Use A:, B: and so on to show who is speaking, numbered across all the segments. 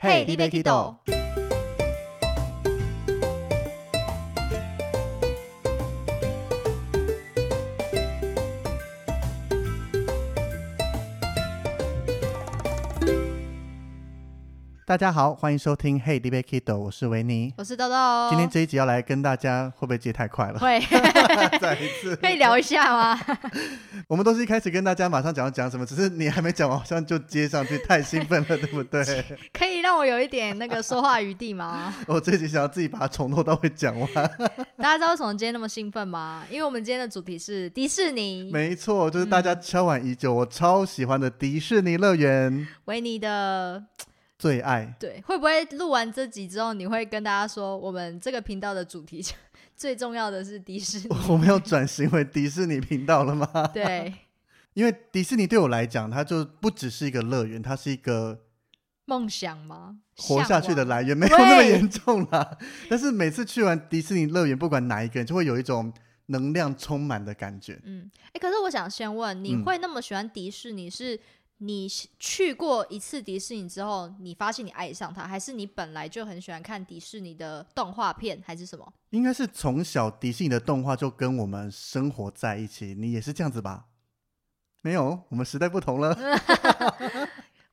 A: 嘿，你别 Kido。大家好，欢迎收听 Hey, d b Kido，我是维尼。
B: 我是豆豆。
A: 今天这一集要来跟大家，哦会不会接太快了？
B: 会
A: 再一次，
B: 可以聊一下吗？
A: 我们都是一开始跟大家马上讲要讲什么，只是你还没讲完，好像就接上去，太兴奋了，对不 对？
B: 可以让我有一点那个说话余地吗？
A: 我这集想要自己把它从头到尾讲完。
B: 大家知道为什么今天那么兴奋吗？因为我们今天的主题是迪士尼，
A: 没错，就是大家敲碗已久，我超喜欢的迪士尼乐园
B: 维尼的
A: 最爱。
B: 对，会不会录完这集之后，你会跟大家说，我们这个频道的主题 最重要的是迪士尼？
A: 我们要转型为迪士尼频道了吗？
B: 嗯 对，
A: 因为迪士尼对我来讲，它就不只是一个乐园，它是一个
B: 梦想吗？
A: 活下去的
B: 向
A: 来源，没有那么
B: 对
A: 严重啦。 但是每次去完迪士尼乐园，不管哪一个人，就会有一种能量充满的感觉。
B: 往。嗯，哎、可是我想先问，你
A: 嗯
B: 会那么喜欢迪士尼是？你去过一次迪士尼之后，你发现你爱上它，还是你本来就很喜欢看迪士尼的动画片，还是什么？
A: 应该是从小迪士尼的动画就跟我们生活在一起，你也是这样子吧？没有，我们时代不同了。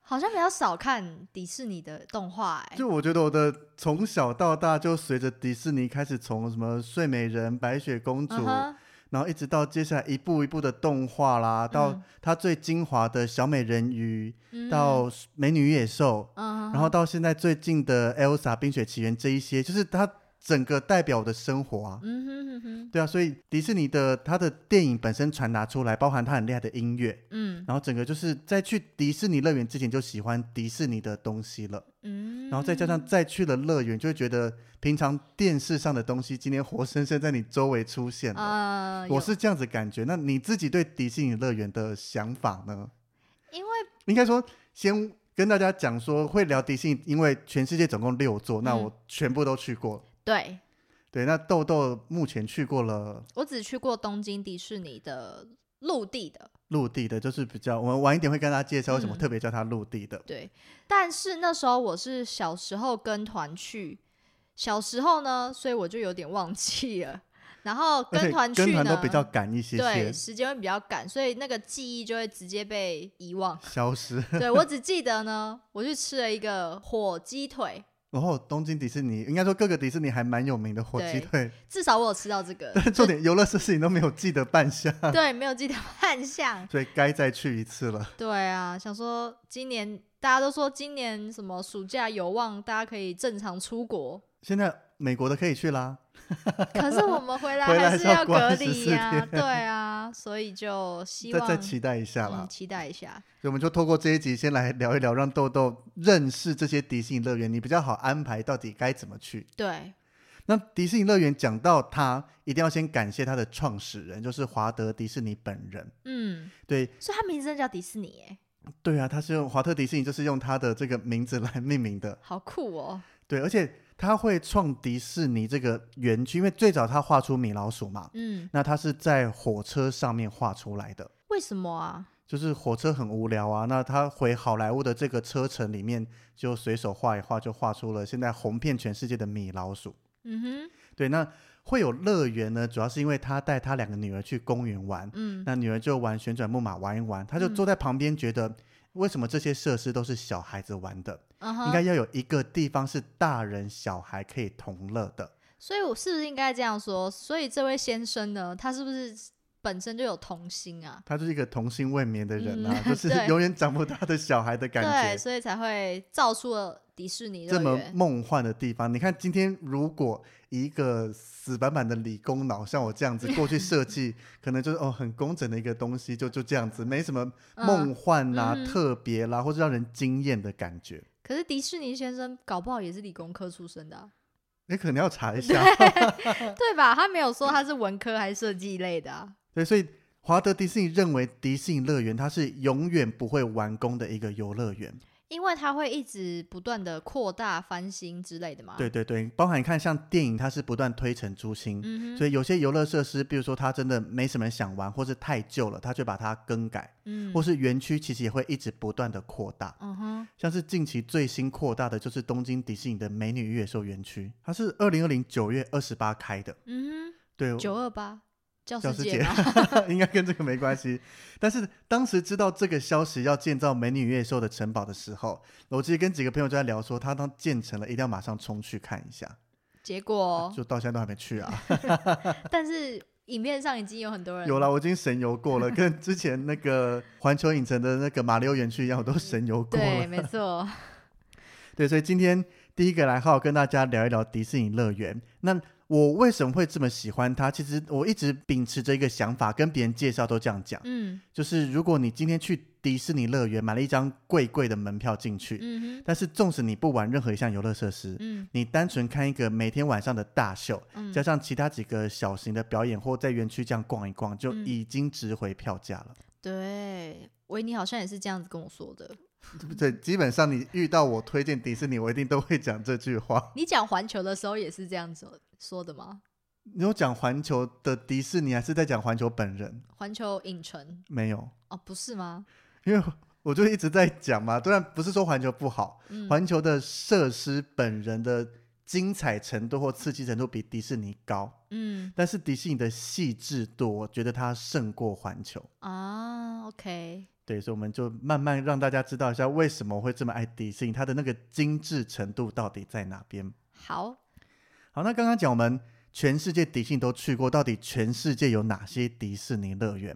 B: 好像比较少看迪士尼的动画、欸，
A: 就我觉得我的从小到大就随着迪士尼开始从什么睡美人、白雪公主，
B: 嗯哼
A: 然后一直到接下来一步一步的动画啦，到
B: 嗯
A: 它最精华的小美人鱼，
B: 嗯
A: 到美女与野兽，
B: 嗯哼，
A: 然后到现在最近的 Elsa 冰雪奇缘这一些，就是它整个代表我的生活啊。
B: 嗯哼哼哼，
A: 对啊，所以迪士尼的它的电影本身传达出来，包含它很厉害的音乐，
B: 嗯
A: 然后整个就是在去迪士尼乐园之前就喜欢迪士尼的东西了。
B: 嗯，
A: 然后再加上再去了乐园，就会觉得平常电视上的东西今天活生生在你周围出现了。
B: 呃，
A: 我
B: 有
A: 是这样子感觉。那你自己对迪士尼乐园的想法呢？
B: 因为
A: 应该说，先跟大家讲说会聊迪士尼，因为全世界总共六座，那
B: 嗯
A: 我全部都去过。
B: 对
A: 对，那豆豆目前去过了
B: 我只去过东京迪士尼的陆地的，
A: 陆地的，就是比较我们晚一点会跟大家介绍为什么
B: 嗯
A: 特别叫它陆地的。
B: 对，但是那时候我是小时候跟团去，小时候呢，所以我就有点忘记了。然后
A: 而且
B: 跟团
A: 跟
B: 去呢，
A: 团都比较赶一些
B: 对
A: 些，
B: 时间会比较赶，所以那个记忆就会直接被遗忘。
A: 消失。
B: 对我只记得呢，我去吃了一个火鸡腿，
A: 然后哦东京迪士尼，应该说各个迪士尼还蛮有名的火鸡
B: 对
A: 腿，
B: 至少我有吃到 这个，
A: 但重点游乐设施你都没有记得半项，
B: 对，没有记得扮相。
A: 所以该再去一次了。
B: 对啊，想说今年大家都说今年什么暑假有望大家可以正常 出国，
A: 现在美国的可以去啦，
B: 可是我们回来
A: 回来
B: 还是
A: 是要
B: 要
A: 关
B: 隔
A: 14
B: 离呀、
A: 天
B: 对啊，所以就希
A: 再
B: 望
A: 再期待一下啦。
B: 嗯期待一下。
A: 所以我们就透过这一集先来聊一聊，让豆豆认识这些迪士尼乐园，你比较好安排到底该怎么去。
B: 对，
A: 那迪士尼乐园讲到它，一定要先感谢它的创始人，就是华德迪士尼本人。
B: 嗯，
A: 对
B: 所以它名字真的叫迪士尼耶，
A: 对啊，他是用华特迪士尼，就是用他的这个名字来命名的。
B: 好酷哦。
A: 对，而且他会创迪士尼这个园区，因为最早他画出米老鼠嘛，
B: 嗯，
A: 那他是在火车上面画出来的，
B: 为什么啊？
A: 就是火车很无聊啊，那他回好莱坞的这个车程里面就随手画一画，就画出了现在红遍全世界的米老鼠。
B: 嗯哼，
A: 对，那会有乐园呢，主要是因为他带他两个女儿去公园玩，
B: 嗯，
A: 那女儿就玩旋转木马玩一玩，他就坐在旁边觉得。为什么这些设施都是小孩子玩的？
B: 嗯
A: 应
B: 哼
A: 该。要有一个地方是大人小孩可以同乐的。
B: 所以我是不是应该这样说？所以这位先生呢，他是不是本身就有童心啊，
A: 他就是一个童心未泯的人啊，
B: 嗯
A: 就是
B: 对
A: 永远长不大的小孩的
B: 对，
A: 感觉。
B: 所以才会造出了迪士尼
A: 这
B: 乐
A: 么
B: 园。
A: 梦幻的地方，你看今天如果一个死板板的理工脑像我这 样子过去设计，可能就是哦很工整的一个东西，就就这样子，没什么
B: 嗯
A: 梦幻啦、
B: 嗯哼
A: 特别啦，或者让人惊艳的感觉。
B: 可是迪士尼先生搞不好也是理工科出身的啊、
A: 你可能要查一下，
B: 对吧？他没有说他是文科还是设计类的、啊。
A: 对，所以华德迪士尼认为迪士尼乐园它是永远不会完工的一个游乐园。
B: 因为他会一直不断的扩大翻新之类的嘛。
A: 对，对对，包含你看像电影，它是不断推陈出新，
B: 嗯哼，
A: 所以有些游乐设施，比如说它真的没什么人想玩，或是太旧了，它就把它更改，
B: 嗯，
A: 或是园区其实也会一直不断的扩大。
B: 嗯哼，
A: 像是近期最新扩大的就是东京迪士尼的美女与野兽园区，它是二零二零九月二十八开的，
B: 嗯
A: 对，
B: 哼，九二八教
A: 教
B: 师
A: 师
B: 节
A: 节
B: 嘛，
A: 应该跟这个没关系。但是当时知道这个消息要建造美女与野兽的城堡的时候，我其实跟几个朋友就在聊说，它当建成了，一定要马上冲去看一下，
B: 结果
A: 就到现在都还没去啊。
B: 但是影片上已经有很多人
A: 有了，我已经神游过 了，跟之前那个环球影城的那个马里奥园区一样，我都神游过了。
B: 对，没错，
A: 对，所以今天第一个来好好跟大家聊一聊迪士尼乐园。那我为什么会这么喜欢它？其实我一直秉持着一个想法，跟别人介绍都这样讲，
B: 嗯
A: 就是如果你今天去迪士尼乐园买了一张贵贵的门票进去，
B: 嗯哼，
A: 但是纵使你不玩任何一项游乐设施，
B: 嗯
A: 你单纯看一个每天晚上的大秀，
B: 嗯，
A: 加上其他几个小型的表演，或在园区这样逛一逛，就
B: 嗯
A: 已经值回票价了。
B: 对，维尼好像也是这样子跟我说的。
A: 对，基本上你遇到我推荐迪士尼，我一定都会讲这句话。
B: 你讲环球的时候也是这样子说的吗？
A: 你有讲环球的迪士尼，还是在讲环球本人？
B: 环球影城
A: 没有，
B: 哦，不是吗？
A: 因为 我就一直在讲嘛。虽然不是说环球不好，
B: 嗯，
A: 环球的设施本人的精彩程度或刺激程度比迪士尼高，
B: 嗯
A: 但是迪士尼的细致度，我觉得它胜过环球。
B: 啊，OK，
A: 对，所以我们就慢慢让大家知道一下为什么会这么爱迪士尼，它的那个精致程度到底在哪边。
B: 好，
A: 好，那刚刚讲我们全世界迪士尼都去过，到底全世界有哪些迪士尼乐园？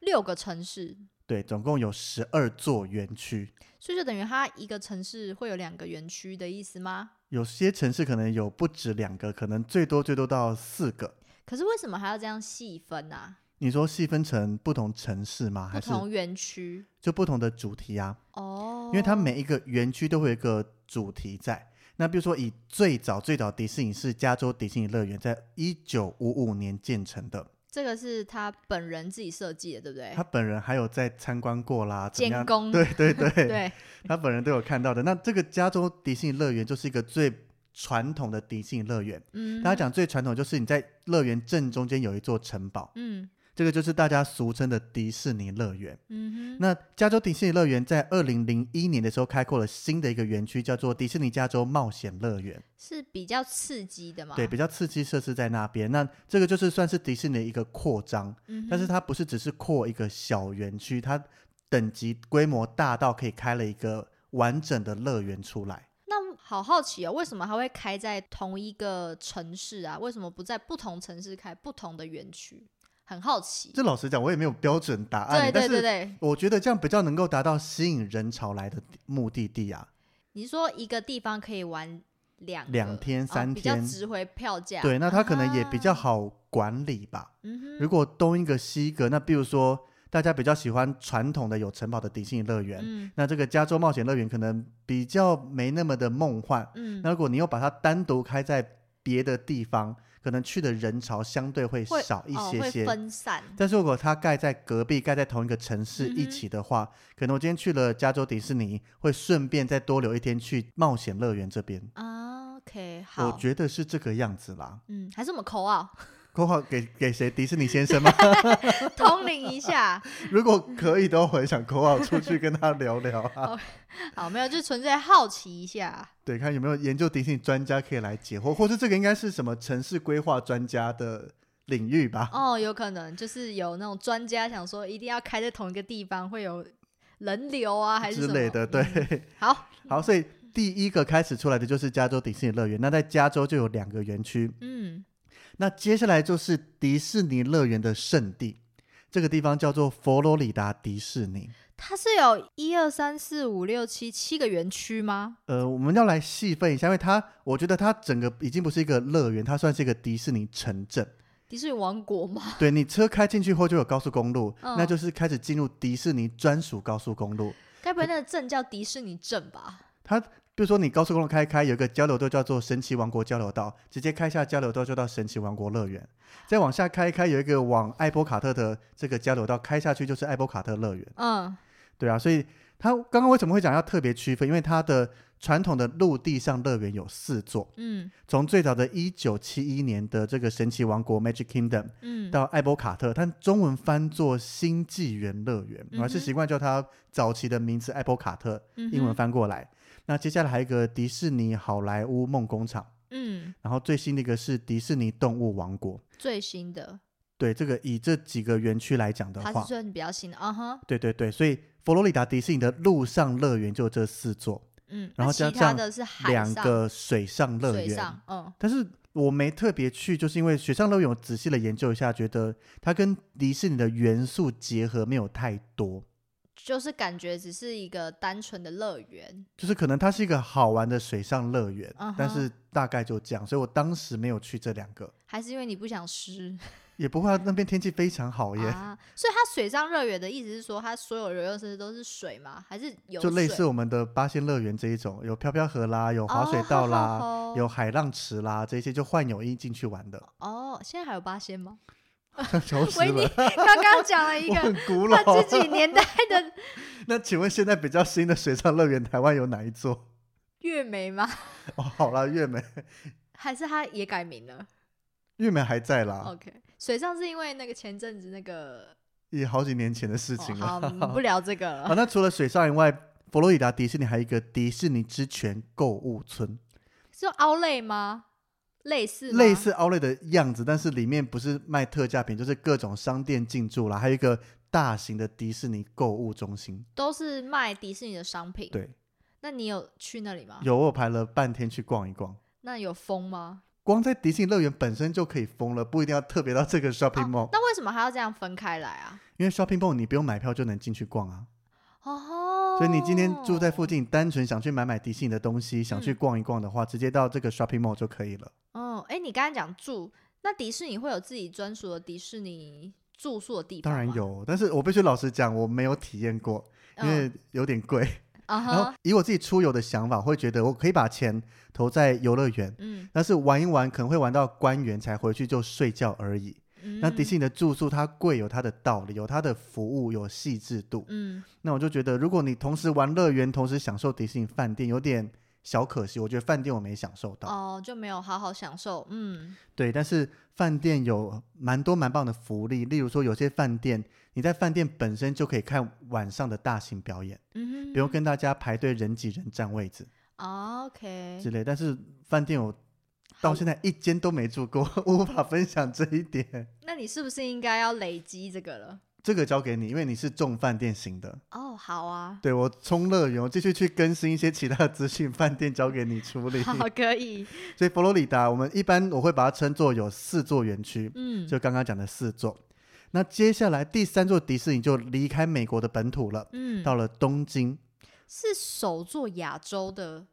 B: 六个城市，
A: 对，总共有十二座园区，
B: 所以就等于它一个城市会有两个园区的意思吗？
A: 有些城市可能有不止两个，可能最多最多到四个。
B: 可是为什么还要这样细分啊？
A: 你说细分成不同城市吗？
B: 不
A: 还是
B: 同园区
A: 就不同的主题啊？
B: 哦，
A: 因为它每一个园区都会有一个主题在。那比如说，以最早最早迪士尼是加州迪士尼乐园，在一九五五年建成的，
B: 这个是他本人自己设计的，对不对
A: 他？本人还有在参观过啦，怎么
B: 监
A: 样
B: 工
A: 对对对对
B: 对，
A: 他本人都有看到的。那这个加州迪士尼乐园就是一个最传统的迪士尼乐园。
B: 嗯，
A: 大家，讲最传统就是你在乐园正中间有一座城堡，
B: 嗯
A: 这个就是大家俗称的迪士尼乐园。
B: 嗯哼，
A: 那加州迪士尼乐园在二零零一年的时候开阔了新的一个园区，叫做迪士尼加州冒险乐园，
B: 是比较刺激的嘛？
A: 对，比较刺激设施在那边。那这个就是算是迪士尼的一个扩张，
B: 嗯哼，
A: 但是它不是只是扩一个小园区，它等级规模大到可以开了一个完整的乐园出来。
B: 那好好奇哦，为什么它会开在同一个城市啊？为什么不在不同城市开不同的园区？很好奇。
A: 这老实讲，我也没有标准答案，
B: 对
A: 但
B: 对对
A: 是
B: 对，
A: 我觉得这样比较能够达到吸引人潮来的目的地啊。
B: 你说一个地方可以玩两个
A: 两天
B: 哦
A: 三
B: 比较
A: 天
B: 值回票价。
A: 对，那它可能也比较
B: 啊。
A: 好管理吧。
B: 嗯哼，
A: 如果东一个西一个，那比如说大家比较喜欢传统的有城堡的迪士尼乐园，
B: 嗯
A: 那这个加州冒险乐园可能比较没那么的梦幻。
B: 嗯
A: 那，如果你又把它单独开在别的地方，可能去的人潮相对会
B: 会
A: 少一
B: 哦
A: 些
B: 会
A: 些。
B: 分散。
A: 但是如果它盖在隔壁、盖在同一个城市
B: 嗯哼
A: 一起的话，可能我今天去了加州迪士尼，会顺便再多留一天去冒险乐园这边。
B: 啊，OK，好，
A: 我觉得是这个样子啦。
B: 嗯，还是我们口啊，
A: 括号给给谁？迪士尼先生吗？
B: 通灵一下。
A: 如果可以的话，我很想 call out 出去跟他聊聊啊。
B: 好，没有，就纯粹好奇一下。
A: 对，看有没有研究迪士尼专家可以来解惑，或者这个应该是什么城市规划专家的领域吧？
B: 哦，有可能就是有那种专家想说，一定要开在同一个地方，会有人流啊，还是
A: 之
B: 什
A: 类
B: 么
A: 的。对，
B: 嗯好，
A: 好，所以第一个开始出来的就是加州迪士尼乐园。那在加州就有两个园区，
B: 嗯
A: 那接下来就是迪士尼乐园的圣地。这个地方叫做佛罗里达迪士尼。
B: 它是有一二三四五六七七个园区吗？
A: 呃，我们要来细分一下，因为它，我觉得它整个已经不是一个乐园，它算是一个迪士尼城镇。
B: 迪士尼王国吗？
A: 对你车开进去后就有高速公路，
B: 嗯
A: 那就是开始进入迪士尼专属高速公路。
B: 该不会那个镇叫迪士尼镇吧？
A: 它比如说你高速公路开一开，有一个交流道叫做神奇王国交流道，直接开下交流道就到神奇王国乐园。再往下开一开，有一个往艾伯卡特的这个交流道开下去就是艾伯卡特乐园。
B: 嗯，
A: 对啊，所以它刚刚为什么会讲要特别区分？因为它的传统的陆地上乐园有四座，
B: 嗯
A: 从最早的一九七一年的这个神奇王国 Magic Kingdom
B: 嗯，
A: 到艾伯卡特，它中文翻作星纪元乐园，我还是
B: 嗯哼
A: 习惯叫它早期的名字艾伯卡特，
B: 嗯哼
A: 英文翻过来。那接下来还有一个迪士尼好莱坞梦工厂，
B: 嗯，
A: 然后最新的一个是迪士尼动物王国。
B: 最新的，
A: 对，这个以这几个园区来讲的
B: 它
A: 话
B: 是，算比较新的，啊哈，
A: 对对对，所以佛罗里达迪士尼的陆上乐园就这四座，
B: 嗯，
A: 然后
B: 那其
A: 加
B: 他
A: 上
B: 的是海
A: 两
B: 上、
A: 个水上乐
B: 水
A: 园，
B: 上，嗯
A: 但是我没特别去，就是因为水上乐园我仔细的研究一下，觉得它跟迪士尼的元素结合没有太多，
B: 就是感觉只是一个单纯的乐园，
A: 就是可能它是一个好玩的水上乐园
B: 嗯哼
A: 但是大概就这样，所以我当时没有去这两个，
B: 还是因为你不想湿
A: 也不怕那边天气非常好耶，
B: 啊？所以它水上乐园的意思是说，它所有游乐设施都是水吗？还是有
A: 就类似
B: 水
A: 我们的八仙乐园这一种，有漂漂河啦，有滑水道啦。
B: 哦
A: 有海浪池啦，这些就换泳衣进去玩的，
B: 哦，现在还有八仙吗？
A: 愁死
B: 维尼
A: 了，
B: 刚刚讲了一
A: 我很
B: 个
A: 古老。
B: 他自己年代的
A: 那请问现在比较新的水上乐园，台湾有哪一座？
B: 月眉吗？
A: 哦，好啦，月美，
B: 还是他也改名了、
A: 月美还在啦，
B: o k 水上是因为那个前阵子那个，
A: 也好几年前的事情
B: 哦、
A: 了。
B: 好，我们不聊这个了。
A: 啊，那除了水上以外，佛罗里达迪士尼还有一个迪士尼之泉购物村，
B: 是凹类吗？类似吗
A: 类似 Outlet 的样子，但是里面不是卖特价品，就是各种商店进驻啦，还有一个大型的迪士尼购物中心。
B: 都是卖迪士尼的商品。
A: 对，
B: 那你有去那里吗？。
A: 有我排了半天去逛一逛，
B: 那有风吗？
A: 光在迪士尼乐园本身就可以疯了，不一定要特别到这个 shopping mall，、
B: 哦啊那为什么还要这样分开来啊？
A: 因为 shopping mall 你不用买票就能进去逛啊。
B: 哦，
A: 所以你今天住在附近，单纯想去买买迪士尼的东西，想去
B: 嗯
A: 逛一逛的话，直接到这个 shopping mall 就可以了。
B: 哦，哎、你刚才讲住，那迪士尼会有自己专属的迪士尼住宿的地方
A: 当
B: 吗
A: 然，有，但是我必须老实讲，我没有体验过，因为
B: 嗯
A: 有点贵。
B: 啊
A: 然后
B: 哈，
A: 以我自己出游的想法，会觉得我可以把钱投在游乐园，
B: 嗯，
A: 但是玩一玩可能会玩到官员才回去就睡觉而已。那迪士
B: 尼，
A: 尼的住宿它贵有它的道理，有它的服务，有细致度。
B: 嗯，
A: 那我就觉得，如果你同时玩乐园，同时享受迪士尼饭店，有点小可惜。我觉得饭店我没享受到。
B: 哦，就没有好好享受，嗯，
A: 对，但是饭店有蛮多蛮棒的福利，例如说有些饭店你在饭店本身就可以看晚上的大型表演，
B: 嗯哼，
A: 不用跟大家排队人挤人占位置
B: 哦，OK，
A: 之类。但是饭店我到
B: 好
A: 现在一间都没住过， 无法分享这一点。
B: 那你是不是应该要累积这个了？
A: 这个交给你，因为你是重饭店型的。
B: 哦，好啊，
A: 对我冲乐园，我继续去更新一些其他的资讯，饭店交给你处理。
B: 好，可以，
A: 所以佛罗里达，我们一般我会把它称作有四座园区。
B: 嗯，
A: 就刚刚讲的四座。那接下来第三座迪士尼就离开美国的本土了，
B: 嗯，
A: 到了东京
B: 是首座亚洲的，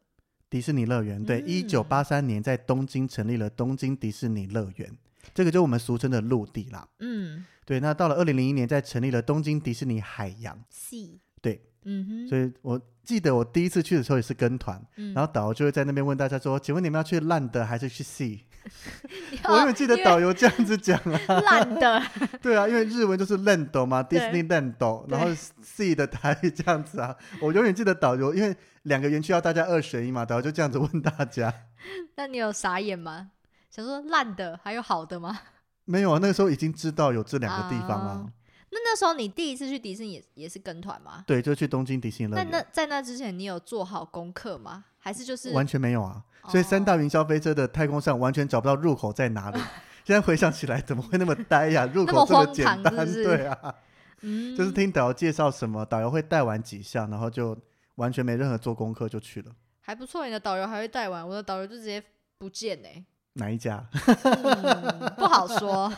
A: 迪士尼乐园。对，
B: 嗯
A: 一九八三年在东京成立了东京迪士尼乐园，这个就我们俗称的陆地啦。
B: 嗯
A: 对，那到了二零零一年，再成立了东京迪士尼海洋。
B: ，C，
A: 对，
B: 嗯哼，
A: 所以我记得我第一次去的时候也是跟团，
B: 嗯
A: 然后导游就会在那边问大家说：“请问你们要去烂的还是去 sea？”
B: 哦
A: 我永远记得
B: 因为
A: 导游这样子讲啊。
B: 烂的，
A: 对啊，因为日文就是 Lando 嘛
B: 对
A: ，Disney Lando，
B: 对
A: 然后 C 的台语这样子啊。 我永远记得导游，因为两个园区要大家二选一嘛，导游就这样子问大家。
B: 那你有傻眼吗？想说烂的还有好的吗？
A: 没有啊，那个时候已经知道有这两个地方啊。
B: 啊那那时候你第一次去迪士尼也也是跟团吗？
A: 对，就去东京迪士尼乐
B: 那那
A: 园，
B: 在那之前你有做好功课吗？还是就是
A: 完全没有啊。所以
B: 哦
A: 三大云霄飞车的太空上完全找不到入口在 哪里。现在回想起来，怎么会那么呆呀、入
B: 那么
A: 口这么
B: 荒
A: 简
B: 唐
A: 单，
B: 是不是
A: 对啊，
B: 嗯
A: 就是听导游介绍什么，导游会带完几项，然后就完全没任何做功课就去了。
B: 还不错，你的导游还会带完，我的导游就 直接不见哎、
A: 哪一家？
B: 嗯，不好说。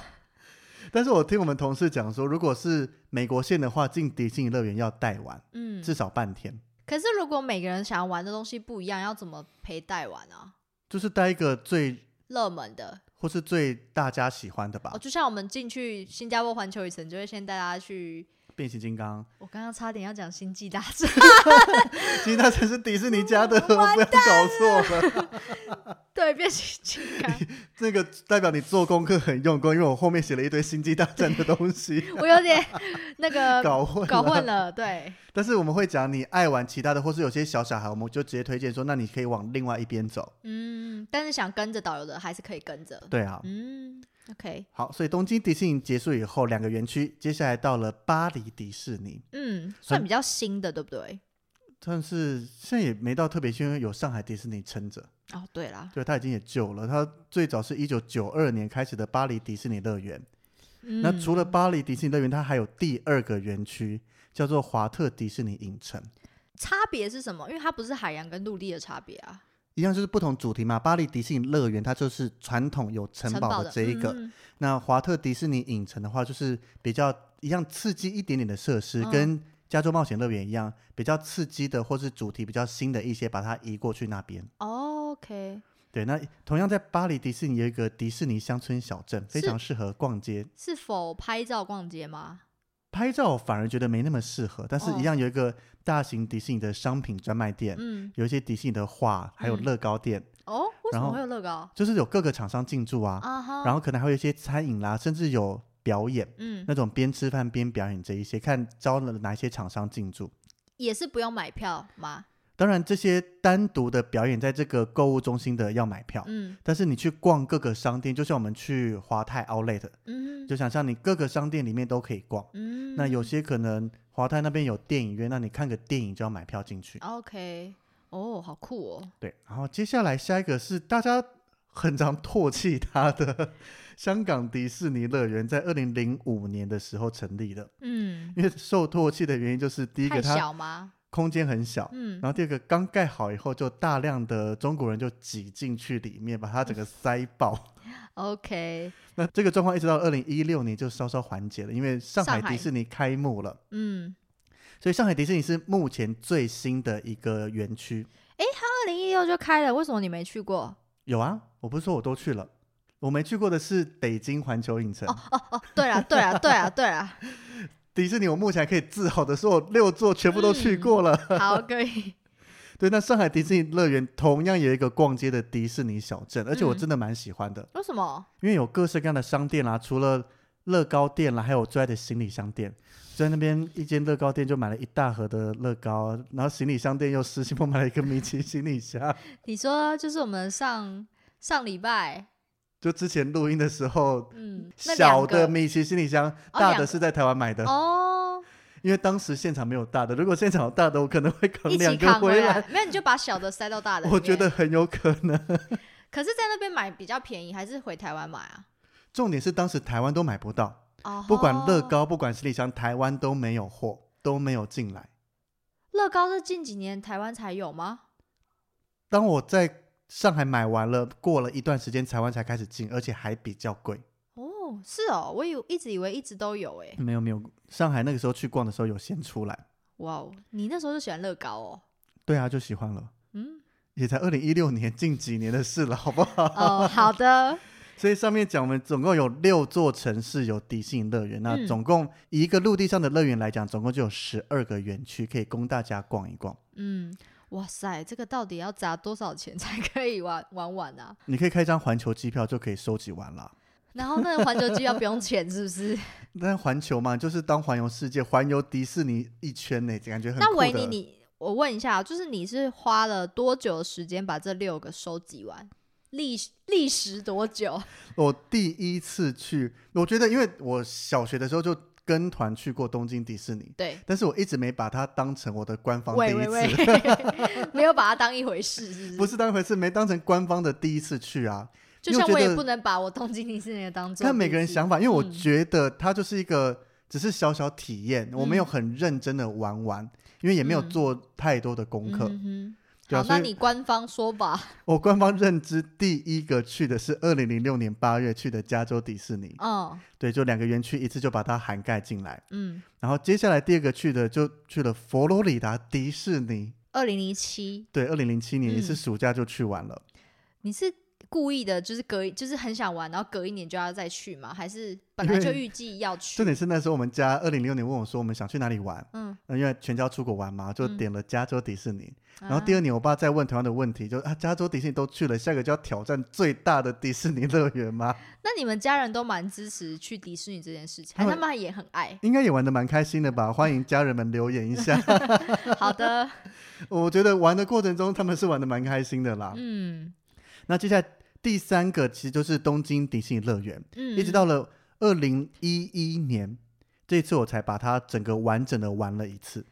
A: 但是我听我们同事讲说，如果是美国线的话，进迪士尼乐园要带玩，
B: 嗯，
A: 至少半天，
B: 可是如果每个人想要玩的东西不一样，要怎么陪带玩啊？
A: 就是带一个最
B: 热门的
A: 或是最大家喜欢的吧
B: 哦，，就像我们进去新加坡环球影城，就会先带大家去。
A: 变形金刚。
B: 我刚刚差点要讲星际大战，
A: 其实那才是迪士尼家的，不要搞错了。
B: 对，变形金刚。
A: 这个代表你做功课很用功，因为我后面写了一堆星际大战的东西，
B: 我有点那个
A: 搞混
B: 搞混了，对，
A: 但是我们会讲你爱玩其他的，或是有些小小孩，我们就直接推荐说，那你可以往另外一边走。
B: 嗯，但是想跟着导游的还是可以跟着，
A: 对啊，
B: 嗯，OK，
A: 好，所以东京迪士尼结束以后，两个园区，接下来到了巴黎迪士尼，
B: 嗯，算比较新的，对不对？
A: 但是现在也没到特别新，因为有上海迪士尼撑着，
B: 哦，对啦，
A: 对，它已经也旧了。它最早是一九九二年开始的巴黎迪士尼乐园，
B: 嗯、
A: 那除了巴黎迪士尼乐园，它还有第二个园区叫做华特迪士尼影城，
B: 差别是什么？因为它不是海洋跟陆地的差别啊，
A: 一样就是不同主题嘛。巴黎迪士尼乐园它就是传统有城
B: 城
A: 堡
B: 堡
A: 的这一个，
B: 嗯
A: 那华特迪士尼影城的话，就是比较一样刺激一点点的设施，
B: 嗯
A: 跟加州冒险乐园一样，比较刺激的或是主题比较新的一些，把它移过去那边。
B: 哦，OK，
A: 对，那同样在巴黎迪士尼有一个迪士尼乡村小镇，非
B: 是
A: 常适合逛街。
B: 是否拍照逛街吗？
A: 拍照反而觉得没那么适合，但是
B: 哦
A: 一样有一个大型迪士尼的商品专卖店，
B: 嗯，
A: 有一些迪士尼的画，还有
B: 嗯
A: 乐高店，
B: 哦，为什
A: 然后
B: 么会有乐高
A: 就是有各个厂商进驻啊，
B: 啊哈？
A: 然后可能还有一些餐饮啦，甚至有表演。
B: 嗯，
A: 那种边吃饭边表演这一些，看招了哪一些厂商进驻。
B: 也是不用买票吗？
A: 当然，这些单独的表演在这个购物中心的要买票，
B: 嗯
A: 但是你去逛各个商店，就像我们去华泰 Outlet，
B: 嗯
A: 就想象你各个商店里面都可以逛。
B: 嗯，
A: 那有些可能华泰那边有电影院，那你看个电影就要买票进去。
B: OK，哦，好酷哦，
A: 对，然后接下来下一个是大家很常唾弃它的 香港迪士尼乐园，在二零零五年的时候成立的，
B: 嗯，
A: 因为受唾弃的原因就是第一
B: 太
A: 个它
B: 小吗？
A: 空间很小，
B: 嗯
A: 然后第二个刚盖好以后，就大量的中国人就挤进去里面，把它整
B: 嗯
A: 个塞爆。
B: ，OK，
A: 那这个状况一直到二零一六年就稍稍缓解了，因为上海
B: 上海
A: 迪士尼开幕了，
B: 嗯，
A: 所以上海迪士尼是目前最新的一个园区。
B: 二零一六就开了，为什么你没去过？
A: 有啊，我不是说我都去了，我没去过的是北京环球影城。
B: 哦，对了，对了，对了，对啊 了，
A: 迪士尼我目前还可以自豪的说，我六座全部都去
B: 嗯
A: 过了。
B: 好，可以，
A: 对，那上海迪士尼乐园同样有一个逛街的迪士尼小镇，而且我
B: 嗯
A: 真的蛮喜欢的。
B: 为什么？
A: 因为有各式各样的商店啦、除了乐高店啦，还有我最爱的行李箱店。在那边一间乐高店就买了一大盒的乐高，然后行李箱店又失心疯买了一个米奇行李箱。
B: 你说就是我们上上礼拜，
A: 就之前录音的时候，
B: 嗯，那
A: 小
B: 两个
A: 的米奇行李箱，
B: 哦
A: 大
B: 两
A: 的
B: 个
A: 是在台湾买的，
B: 哦，
A: 因为当时现场没有大的。如果现场有大的，我可能会扛
B: 一
A: 两
B: 起
A: 个
B: 扛
A: 回
B: 来
A: 来。，
B: 没有你就把小的塞到大的里面。
A: 我觉得很有可能。
B: 可是在那边买比较便宜，还是回台湾买啊？
A: 重点是当时台湾都买不到，
B: 哦，
A: 不管乐，高，不管行李箱，台湾都没有货，都没有进来。
B: 乐高是近几年台湾才有吗？
A: 当我在上海买完了，过了一段时间，台湾才开始进，而且还比较贵。
B: 哦，是哦，我以一直以为一直都有诶。
A: 没有没有，上海那个时候去逛的时候有先出来，
B: 哇哦，你那时候就喜欢乐高哦？
A: 对啊，就喜欢了。
B: 嗯，
A: 也才二零一六年，近几年的事了，好不好？
B: 哦，好的，
A: 所以上面讲，我们总共有六座城市有迪士尼乐园，那
B: 嗯
A: 总共以一个陆地上的乐园来讲，总共就有十二个园区可以供大家逛一逛。
B: 嗯，哇塞，这个到底要砸多少钱才可以玩玩完啊？
A: 你可以开一张环球机票就可以收集完了。
B: 然后那个环球机票不用钱是不是？
A: 但环球嘛，就是当环游世界、环游迪士尼一圈呢，感觉很酷的。
B: 那维尼你，我问一下，啊就是你是花了多久的时间把这六个收集完？历历时多久？
A: 我第一次去，我觉得因为我小学的时候就跟团去过东京迪士尼，
B: 对，
A: 但是我一直没把它当成我的官方第
B: 喂
A: 一
B: 喂
A: 次，
B: 喂， 没有把它当一回事，是
A: 不
B: 是？
A: 是当回事，没当成官方的第一次去啊。
B: 就
A: 因为
B: 像
A: 我
B: 我
A: 觉
B: 也
A: 得
B: 不能把我东京迪士尼的当做
A: 看每个人想法，因为我
B: 嗯
A: 觉得它就是一个只是小小体验，我没有很认真的玩完，因为也没有
B: 嗯
A: 做太多的功课。
B: 嗯哼
A: 对啊，
B: 好，
A: 所
B: 那
A: 以
B: 你官方说吧。
A: 我官方认知第一个去的是二零零六年八月去的加州迪士尼，
B: 嗯
A: 对，就两个园区一次就把它涵盖进来。
B: 嗯，
A: 然后接下来第二个去的就去了佛罗里达迪士尼，
B: 二零零七，
A: 对，二零零七年
B: 嗯
A: 也是暑假就去玩了。
B: 你是故意的，就是隔一就是很想玩，然后隔一年就要再去吗？还是本来
A: 因为
B: 就预计要去
A: 重？点是那时候我们家二零零六年问我说我们想去哪里玩，
B: 嗯，
A: 那因为全家出国玩嘛，就
B: 嗯
A: 点了加州迪士尼。然后第
B: 二
A: 二年我爸再问同样的问题，就啊加州迪士尼都去了，下个就要挑战最大的迪士尼乐园吗？
B: 那你们家人都蛮支持去迪士尼这件事情，还是
A: 他
B: 他
A: 们。
B: 们也很爱
A: 应该也玩的蛮开心的 吧？欢迎家人们留言一下。
B: 好的，
A: 我觉得玩的过程中，他们是玩的蛮开心的啦。
B: 嗯
A: 那接下来第三个其实就是东京迪士尼乐园，
B: 嗯，
A: 一直到了二零一一年，这一次我才把它整个完整的玩了一次，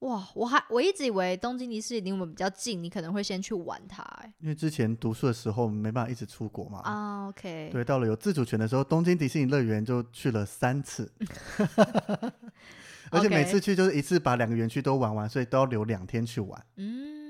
B: 哇，我还我一直以为东京迪士尼离我们比较近，你可能会先去玩它、欸。
A: 因为之前读书的时候没办法一直出国嘛。
B: 啊，OK，
A: 对，到了有自主权的时候，东京迪士尼乐园就去了三 次，而且每
B: OK
A: 次去就是一次把两个园区都玩完，所以都要留两天去玩。
B: 嗯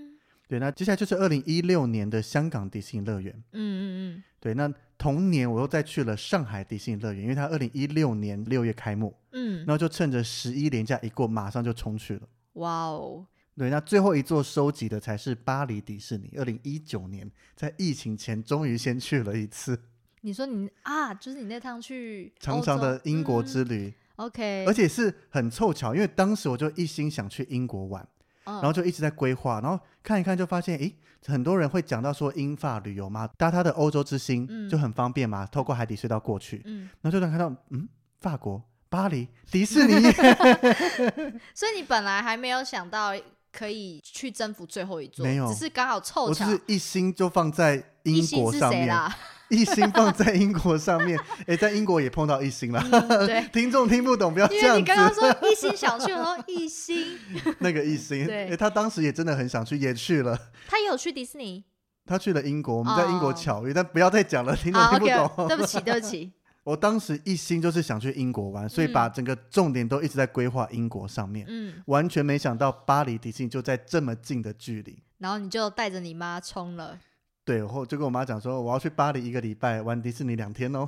A: 对，那接下来就是二零一六年的香港迪士尼乐园。
B: 嗯嗯
A: 对，那同年我又再去了上海迪士尼乐园，因为它二零一六年六月开幕，
B: 嗯
A: 然
B: 嗯，
A: 后就趁着十一连假一过，马上就冲去了。
B: 哇哦，
A: 对，那最后一座收集的才是巴黎迪士尼，二零一九年在疫情前终于先去了一次
B: 你说你啊，就是你那趟去
A: 长
B: 欧
A: 长
B: 洲
A: 的英国之
B: 嗯
A: 旅，
B: ，OK，
A: 而且是很凑巧，因为当时我就一心想去英国玩，
B: 然
A: 然后就一直在规划，然后看一看就发现，诶，很多人会讲到说英法旅游嘛，搭他的欧洲之
B: 嗯
A: 星就很方便嘛，透过海底隧道过去，
B: 嗯，
A: 然后就能看到，嗯，法国、巴 黎、迪士尼，
B: 所以你本来还没有想到可以去征服最后一座，
A: 没有
B: 只是刚好凑
A: 我
B: 巧
A: 就。是一心就放在
B: 一
A: 英
B: 心
A: 国
B: 是
A: 上
B: 谁
A: 面，
B: 啦？
A: 一心放在英国上 面，诶，在英国也碰到一心了。
B: 嗯 对
A: 听众听不懂，不要这
B: 因为
A: 样
B: 你刚刚
A: 子。
B: 说一心想去，然后一心，
A: 那个一心，
B: 对
A: 诶，他当时也真的很想去，也去了。
B: 他也有去迪士 尼。
A: 他去了英国，我们在英国
B: 哦
A: 巧遇，但不要再讲了，听众
B: 好
A: 听不懂。
B: 啊 ，OK，对不 起，对不起。
A: 我当时一心就是想去英国玩，所以
B: 嗯
A: 把整个重点都一直在规划英国上面，
B: 嗯，
A: 完全没想到巴黎迪士尼就在这么近的距离。
B: 然后你就带着你妈冲了。
A: 对，然后就跟我妈讲说，我要去巴黎一个礼拜，玩迪士尼两天哦。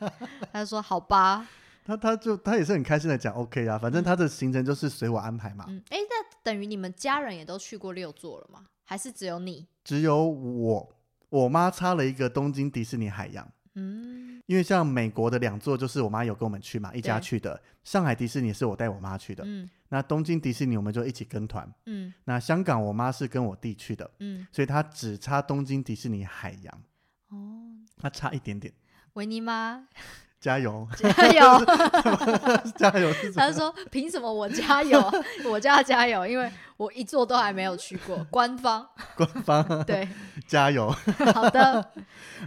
B: 他就说：“好吧，
A: 她她就她也是很开心的讲 OK 啊，反正她的行程就是随我安排嘛。
B: 嗯，哎，那等于你们家人也都去过六座了吗？还是只有你？
A: 只有我我妈插了一个东京迪士尼海洋，
B: 嗯
A: 因为像美国的两座就是我妈有跟我们去嘛，一家
B: 对
A: 去的。上海迪士尼是我带我妈去的，
B: 嗯
A: 那东京迪士尼我们就一起跟团。
B: 嗯
A: 那香港我妈是跟我弟去的，
B: 嗯，
A: 所以她只差东京迪士尼海洋，
B: 哦，
A: 她差一点点。
B: 维 尼妈
A: 加油，
B: 加油！
A: 加油是 什么
B: 他就说：凭什么我加油？ 我叫他加油，因为我一座都还没有去 过，官方
A: 官方、
B: 对，
A: 加油
B: 好 的，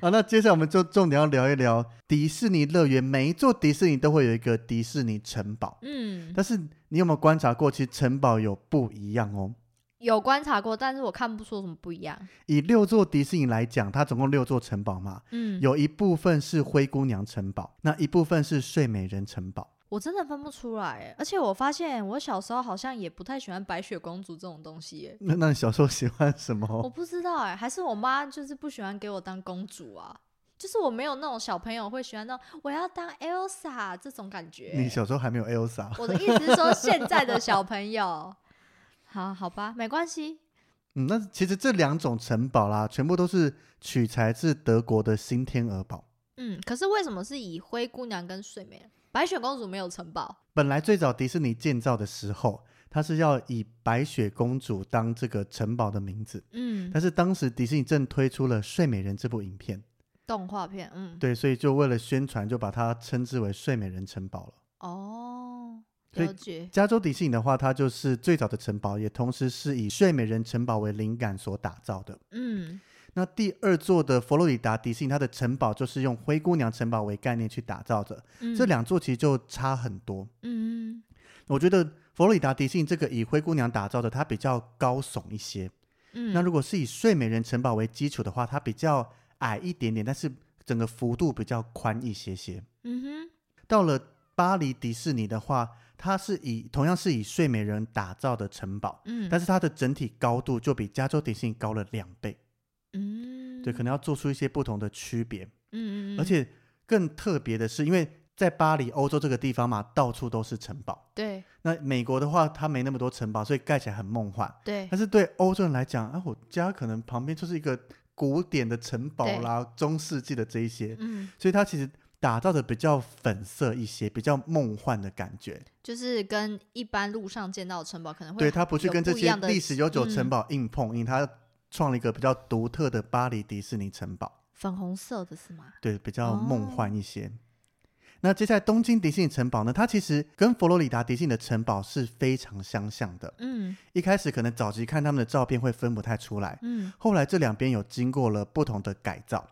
A: 好，那接下来我们就重点要聊一聊迪士尼乐园，每一座迪士尼都会有一个迪士尼城堡，
B: 嗯，
A: 但是你有没有观察过，其实城堡有不一样哦。
B: 有观察过，但是我看不出有什么不一样，
A: 以六座迪士尼来讲，它总共六座城堡嘛，
B: 嗯，
A: 有一部分是灰姑娘城堡，那一部分是睡美人城堡。
B: 我真的分不出来耶，而且我发现我小时候好像也不太喜欢白雪公主这种东西耶，
A: 那那你小时候喜欢什么？
B: 我不知道哎，还是我妈就是不喜欢给我当公主啊，就是我没有那种小朋友会喜欢那种我要当 Elsa 这种感觉。
A: 你小时候还没有 Elsa，
B: 我的意思是说现在的小朋友， 好好吧，没关系，
A: 嗯，那其实这两种城堡啦，全部都是取材自德国的新天鹅堡。
B: 嗯。可是为什么是以灰姑娘跟睡美人？白雪公主没有城堡，
A: 本来最早迪士尼建造的时候，它是要以白雪公主当这个城堡的名字，
B: 嗯，
A: 但是当时迪士尼正推出了《睡美人》这部影片，
B: 动画片，嗯，
A: 对，所以就为了宣传，就把它称之为睡美人城堡了。
B: 哦，
A: 所以
B: 了解，
A: 加州迪士尼的话，它就是最早的城堡，也同时是以睡美人城堡为灵感所打造的。
B: 嗯
A: 那第二座的佛罗里达迪士尼，它的城堡就是用灰姑娘城堡为概念去打造的。
B: 嗯，
A: 这，两座其实就差很多。
B: 嗯
A: 我觉得佛罗里达迪士尼这个以灰姑娘打造的，它比较高耸一些。
B: 嗯，
A: 那如果是以睡美人城堡为基础的话，它比较矮一点点，但是整个幅度比较宽一些些。
B: 嗯哼，
A: 到了巴黎迪士尼的话，它是以同样是以睡美人打造的城堡，
B: 嗯
A: 但是它的整体高度就比加州迪士尼高了两倍，
B: 嗯，
A: 对，可能要做出一些不同的区别。
B: 嗯嗯嗯，
A: 而且更特别的是，因为在巴黎、欧洲这个地方嘛，到处都是城堡。
B: 对
A: 那美国的话，它没那么多城堡，所以盖起来很梦幻。
B: 对
A: 但是对欧洲人来讲，啊，我家可能旁边就是一个古典的城堡
B: 对
A: 啦，中世纪的这一些，
B: 嗯，
A: 所以它其实打造的比较粉色一些，比较梦幻的感觉。
B: 就是跟一般路上见到的城堡可能会
A: 对，它不去
B: 有
A: 跟这
B: 不一
A: 些
B: 样的
A: 历史悠久城
B: 嗯
A: 堡硬碰硬，它创了一个比较独特的巴黎迪士尼城堡，
B: 粉红色的是吗？
A: 对，比较梦
B: 哦
A: 幻一些。那接下来东京迪士尼城堡呢？它其实跟佛罗里达迪士尼的城堡是非常相像的。
B: 嗯
A: 一开始可能早期看他们的照片会分不太出来，
B: 嗯，
A: 后来这两边有经过了不同的改造，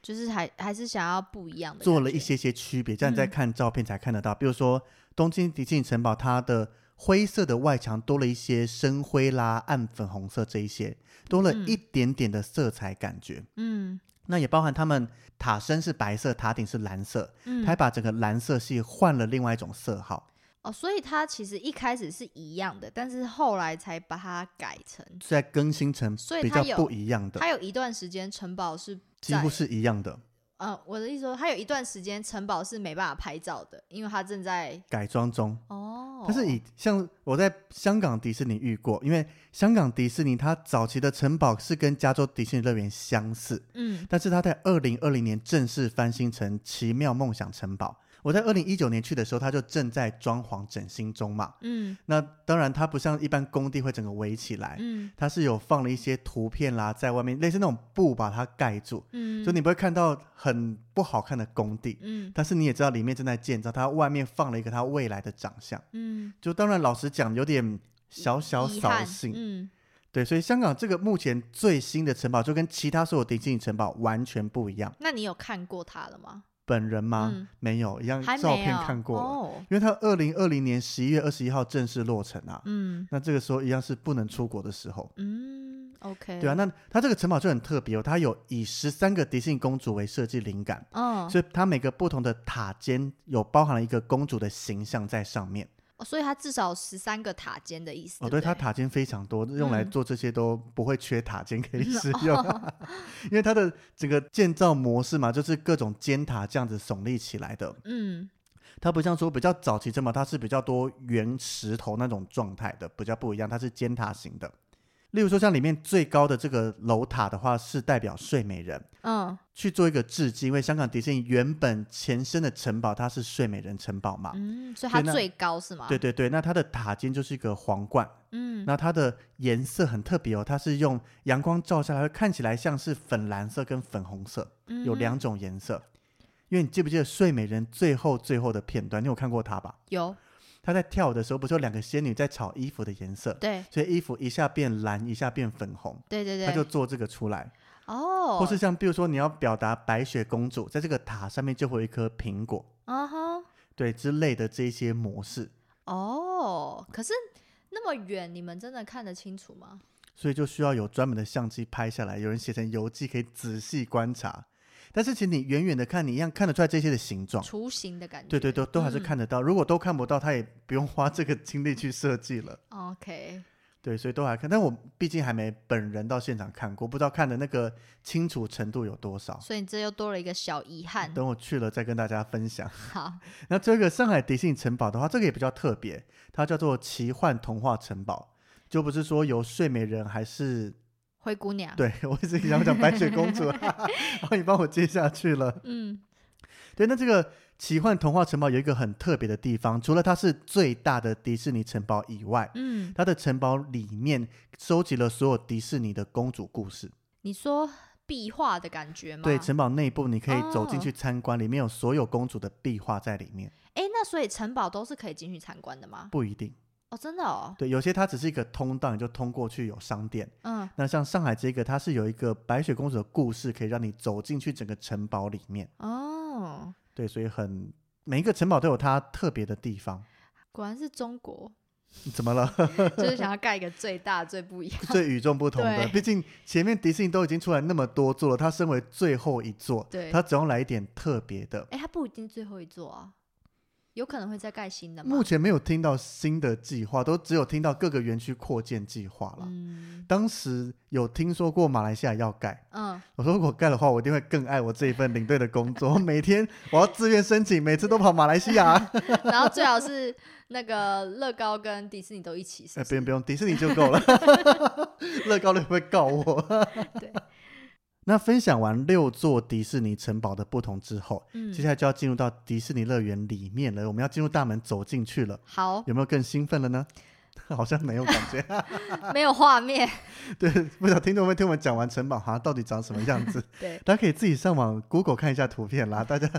B: 就是还还是想要不一样的感觉，
A: 做了一些些区别，这样你再
B: 嗯
A: 看照片才看得到。比如说东京迪士尼城堡，它的灰色的外墙多了一些深灰啦、暗粉红色这一些，多了
B: 嗯
A: 一点点的色彩感觉。
B: 嗯
A: 那也包含他们塔身是白色，塔顶是蓝色，
B: 嗯，
A: 还把整个蓝色系换了另外一种色号。
B: 哦，所以它其实一开始是一样的，但是后来才把它改成，
A: 在更新成
B: 所以
A: 比
B: 它
A: 较
B: 有
A: 不一样的
B: 它，有一段时间城堡是
A: 几
B: 在
A: 乎是一样的
B: 呃，我的意思说，它有一段时间城堡是没办法拍照的，因为它正在
A: 改装中。
B: 哦，
A: 但是以像我在香港迪士尼遇过，因为香港迪士尼它早期的城堡是跟加州迪士尼乐园相似，
B: 嗯
A: 但是它在二零二零年正式翻新成奇妙梦想城堡。我在二零一九年去的时候，它就正在装潢整新中嘛。
B: 嗯
A: 那当然，它不像一般工地会整个围起来，
B: 嗯
A: 它是有放了一些图片啦，在外面类似那种布把它盖住，
B: 嗯，
A: 所以你不会看到很不好看的工地。
B: 嗯
A: 但是你也知道里面正在建造，它外面放了一个它未来的长相。
B: 嗯
A: 就当然老实讲，有点小小
B: 遗
A: 扫
B: 憾
A: 兴。
B: 嗯
A: 对，所以香港这个目前最新的城堡就跟其他所有迪士尼城堡完全不一样。
B: 那你有看过它了吗？
A: 本人吗？
B: 嗯
A: 没有，一样
B: 还没
A: 照片
B: 有
A: 看过了，
B: 哦，
A: 因为它二零二零年十一月二十一号正式落成啊。
B: 嗯
A: 那这个时候一样是不能出国的时候。
B: 嗯，OK，
A: 对啊，，那它这个城堡就很特别哦，它有以十三个迪士尼公主为设计灵感，
B: 嗯，
A: 所以它每个不同的塔尖有包含了一个公主的形象在上面。
B: 哦所以它至少十三个塔尖的意思，
A: 哦，
B: 对
A: 对，
B: 不
A: 它
B: 对
A: 塔尖非常多，用来
B: 嗯哦
A: 做这些都不会缺塔尖可以使用，啊 因为它的整个建造模式嘛，就是各种尖塔这样子耸立起来的。
B: 嗯
A: 它不像说比较早期这么，它是比较多圆石头那种状态的，比较不一样，它是尖塔型的。例如说，像里面最高的这个楼塔的话，是代表睡美人
B: 嗯
A: 去做一个致敬，因为香港迪士尼原本前身的城堡它是睡美人城堡嘛。
B: 嗯，所
A: 所
B: 以它
A: 以那
B: 最高是吗？
A: 对，对对，那它的塔尖就是一个皇冠，
B: 嗯
A: 那它的颜色很特别哦，它是用阳光照下来，会看起来像是粉蓝色跟粉红色，有
B: 嗯
A: 两种颜色。因为你记不记得睡美人最后最后的片段？你有看过它吧？
B: 有
A: 她在跳舞的时候，不是有两个仙女在炒衣服的颜色，
B: 对
A: 所以衣服一下变蓝，一下变粉红，
B: 对对对，
A: 她就做这个出来。
B: 哦，
A: 或是像比如说你要表达白雪公主，在这个塔上面就会有一颗苹果，
B: 啊哈。
A: 对之类的这些模式，
B: 哦，可是那么远，你们真的看得清楚吗？
A: 所以就需要有专门的相机拍下来，有人写成游记可以仔细观察。但是其实你远远的看，你一样看得出来这些的形状。
B: 雏形的感觉。
A: 对对对，都还是
B: 嗯
A: 看得到。如果都看不到，他也不用花这个精力去设计了。
B: 嗯 OK，
A: 对，所以都还看。但我毕竟还没本人到现场看过，不知道看的那个清楚程度有多少。
B: 所以这又多了一个小遗憾。
A: 等我去了再跟大家分享。
B: 好，
A: 那这个上海迪士尼城堡的话，这个也比较特别，它叫做奇幻童话城堡，就不是说由睡美人还是
B: 灰姑娘。，
A: 对， 我一直想讲白雪公主，然后你帮我接下去了。
B: 嗯
A: 对，那这个奇幻童话城堡有一个很特别的地方，除了它是最大的迪士尼城堡以外，
B: 嗯，
A: 它的城堡里面收集了所有迪士尼的公主故事。
B: 你说壁画的感觉吗？
A: 对，城堡内部你可以走进
B: 哦
A: 去参观，里面有所有公主的壁画在里面，
B: 哎，那所以城堡都是可以进去参观的吗？
A: 不一定。
B: 哦，真的哦。
A: 对，有些它只是一个通道，你就通过去有商店。
B: 嗯，
A: 那像上海这个，它是有一个白雪公主的故事，可以让你走进去整个城堡里面。
B: 哦，
A: 对，所以很每一个城堡都有它特别的地方。
B: 果然是 中国，
A: 怎么了？
B: 就是想要盖一个最大、最不一样。
A: 最与众不同的，
B: 对
A: 毕竟前面迪士尼都已经出来那么多座了，它身为最后一座，
B: 对嗯
A: 它总要来一点特别的。
B: 哎，它不一定最后一座啊。有可能会再盖新的吗
A: 目？前没有听到新的计划，都只有听到各个园区扩建计划了。
B: 嗯
A: 当时有听说过马来西亚要盖，
B: 嗯，
A: 我说如果盖的话，我一定会更爱我这一份领队的工作。每天我要自愿申请，每次都跑马来西亚。
B: 然后最好是那个乐高跟迪士尼都一起，是
A: 哎，不
B: 不是？
A: 用不用，迪士尼就够 了。乐高乐会告我。
B: 对。
A: 那分享完六座迪士尼城堡的不同之后，
B: 嗯
A: 接下来就要进入到迪士尼乐园里面了。我们要进入大门走进去了，
B: 好，
A: 有没有更兴奋了呢？ 好像没有感 觉。
B: 没有 画面，
A: 对，不知道听众们听我们讲完城堡好像到底长什么样 子，
B: 对，
A: 大家可以自己上网 Google 看一下图片啦。大家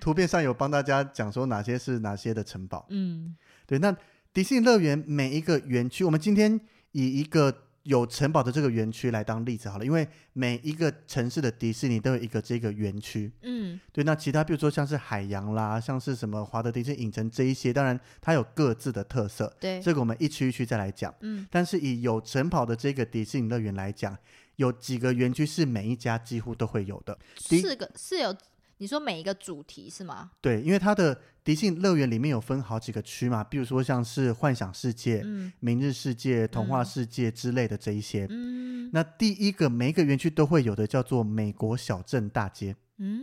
A: 图片上有帮大家讲说哪些是哪些的城堡。
B: 嗯
A: 对，那迪士尼乐园每一个园区，我们今天以一个有城堡的这个园区来当例子好了，因为每一个城市的迪士尼都有一个这个园区。
B: 嗯
A: 对，那其他比如说像是海洋啦，像是什么华德迪士尼影城这一些，当然它有各自的特色，
B: 对，
A: 这个我们一区一区再来讲。
B: 嗯
A: 但是以有城堡的这个迪士尼乐园来讲，有几个园区是每一家几乎都会有的。第一
B: 四个是有你说每一个主题是吗？
A: 对，因为它的迪士尼乐园里面有分好几个区嘛，比如说像是幻想世界、
B: 嗯
A: 明日世界、童话世界之类的这一些。
B: 嗯
A: 那第一个每一个园区都会有的叫做美国小镇大街，
B: 嗯，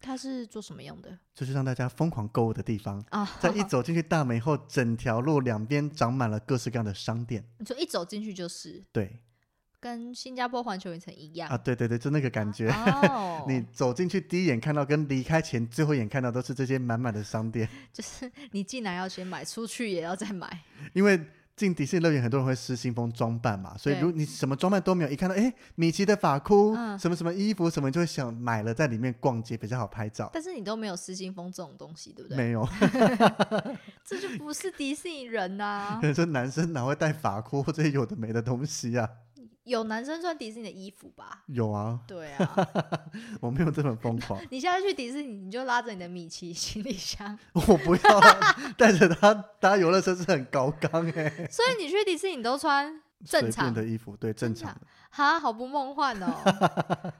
B: 它是做什么用的
A: 就是让大家疯狂购物的地方。
B: 啊？
A: 在一走进去大门以后，整条路两边长满了各式各样的商店。
B: 你说一走进去就是
A: 对
B: 跟新加坡环球影城一样
A: 啊，对对对，就那个感觉。，
B: 哦
A: 你走进去第一眼看到跟离开前最后一眼看到都是这些满满的商店，
B: 就是你进来要先买，出去也要再买。
A: 因为进迪士尼乐园很多人会失心疯装扮嘛，所以
B: 对
A: 如果你什么装扮都没有，一看到哎米奇的发箍、
B: 嗯
A: 什么什么衣服什么，你就会想买了在里面逛街比较好拍照。
B: 但是你都没有失心疯这种东西，对不啊对？
A: 没 有，
B: 这就不是迪士尼 人呐、
A: 可能说男生哪会戴发箍或者有的没的东西啊？
B: 有男生穿迪士尼的衣服吧？
A: 有啊，
B: 对啊，
A: 我没有这么疯狂，
B: 你现在去迪士尼，你就拉着你的米奇行李箱。
A: 我不要啊带着他搭游乐设施很高刚哎、
B: 所以你去迪士尼，你都穿
A: 随
B: 正
A: 便
B: 常
A: 的衣服对正
B: 正
A: 常
B: 常。哈，好不梦 幻哦。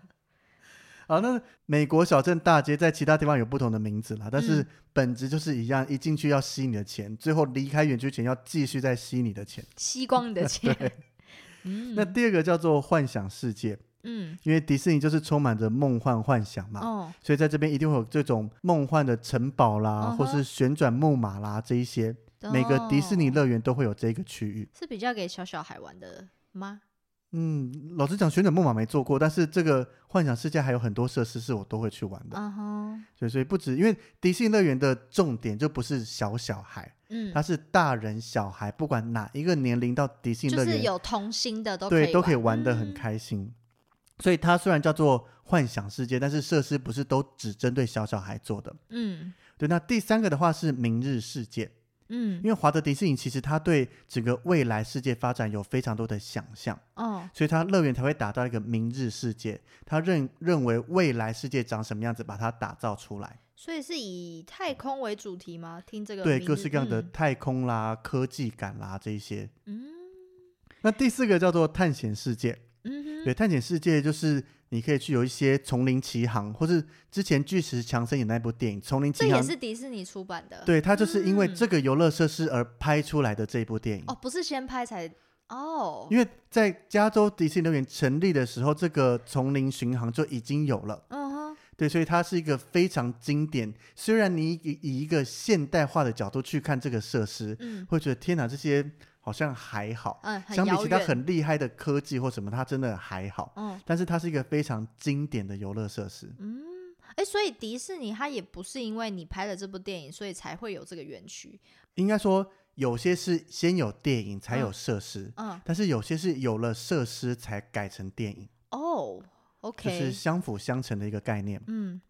A: 好，那美国小镇大街在其他地方有不同的名字啦，但是
B: 嗯
A: 本质就是一样，一进去要吸你的钱，最后离开园区前要继续再吸你的钱。
B: 吸光你的钱。嗯，
A: 那第二个叫做幻想世界，
B: 嗯
A: 因为迪士尼就是充满着梦幻幻想嘛，
B: 哦
A: 所以在这边一定会有这种梦幻的城堡啦，
B: 嗯哼
A: 或是旋转木马啦这一些，每个迪士尼
B: 哦
A: 乐园都会有这个区域。
B: 是比较给小小孩玩的吗？
A: 嗯，老实讲，旋转木马没做过，但是这个幻想世界还有很多设施是我都会去玩的。
B: 嗯哼，
A: 所以，所以不止，因为迪士尼乐园的重点就不是小小孩，
B: 嗯，
A: 它是大人小孩，不管哪一个年龄到迪士尼
B: 就
A: 乐
B: 是
A: 园，
B: 有童心的都可以嗯
A: 对都可以玩的
B: 得
A: 很。开心。所以它虽然叫做幻想世界，但是设施不是都只针对小小孩做的。
B: 嗯
A: 对，那第三个的话是明日世界，
B: 嗯
A: 因为华德迪士尼其实它对整个未来世界发展有非常多的想象，
B: 哦
A: 所以它乐园才会打造一个明日世界，它认认为未来世界长什么样子，把它打造出来。
B: 所以是以太空为主题吗？听这个
A: 对
B: 名
A: 各
B: 字
A: 式各样的太空啦、科技感啦这一些。
B: 嗯
A: 那第四个叫做探险世界，
B: 嗯
A: 对，
B: 嗯
A: 探险世界就是你可以去有一些丛林奇航，或是之前巨石强森演那部电影《丛林
B: 这
A: 奇
B: 也
A: 航》，
B: 是迪士尼出版的
A: 对，它就是因为
B: 嗯
A: 这个游乐设施而拍出来的这一部电影。
B: 哦，不是先拍才哦，
A: 因为在加州迪士尼乐园成立的时候，这个丛林巡航就已经有了，
B: 嗯哼
A: 对，所以它是一个非常经典。虽然你以以一个现代化的角度去看这个设施，
B: 嗯
A: 会觉得天哪，这些好像还好，
B: 嗯，很
A: 相比
B: 遥
A: 其他
B: 远
A: 很厉害的科技或什么，它真的还好。
B: 嗯
A: 但是它是一个非常经典的游乐设施，
B: 嗯，哎，所以迪士尼它也不是因为你拍了这部电影，所以才会有这个园区，
A: 应该说有些是先有电影才有
B: 嗯
A: 设施，
B: 嗯
A: 但是有些是有了设施才改成电影，
B: 哦
A: 就
B: ，OK，
A: 是相辅相成的一个概念。
B: 嗯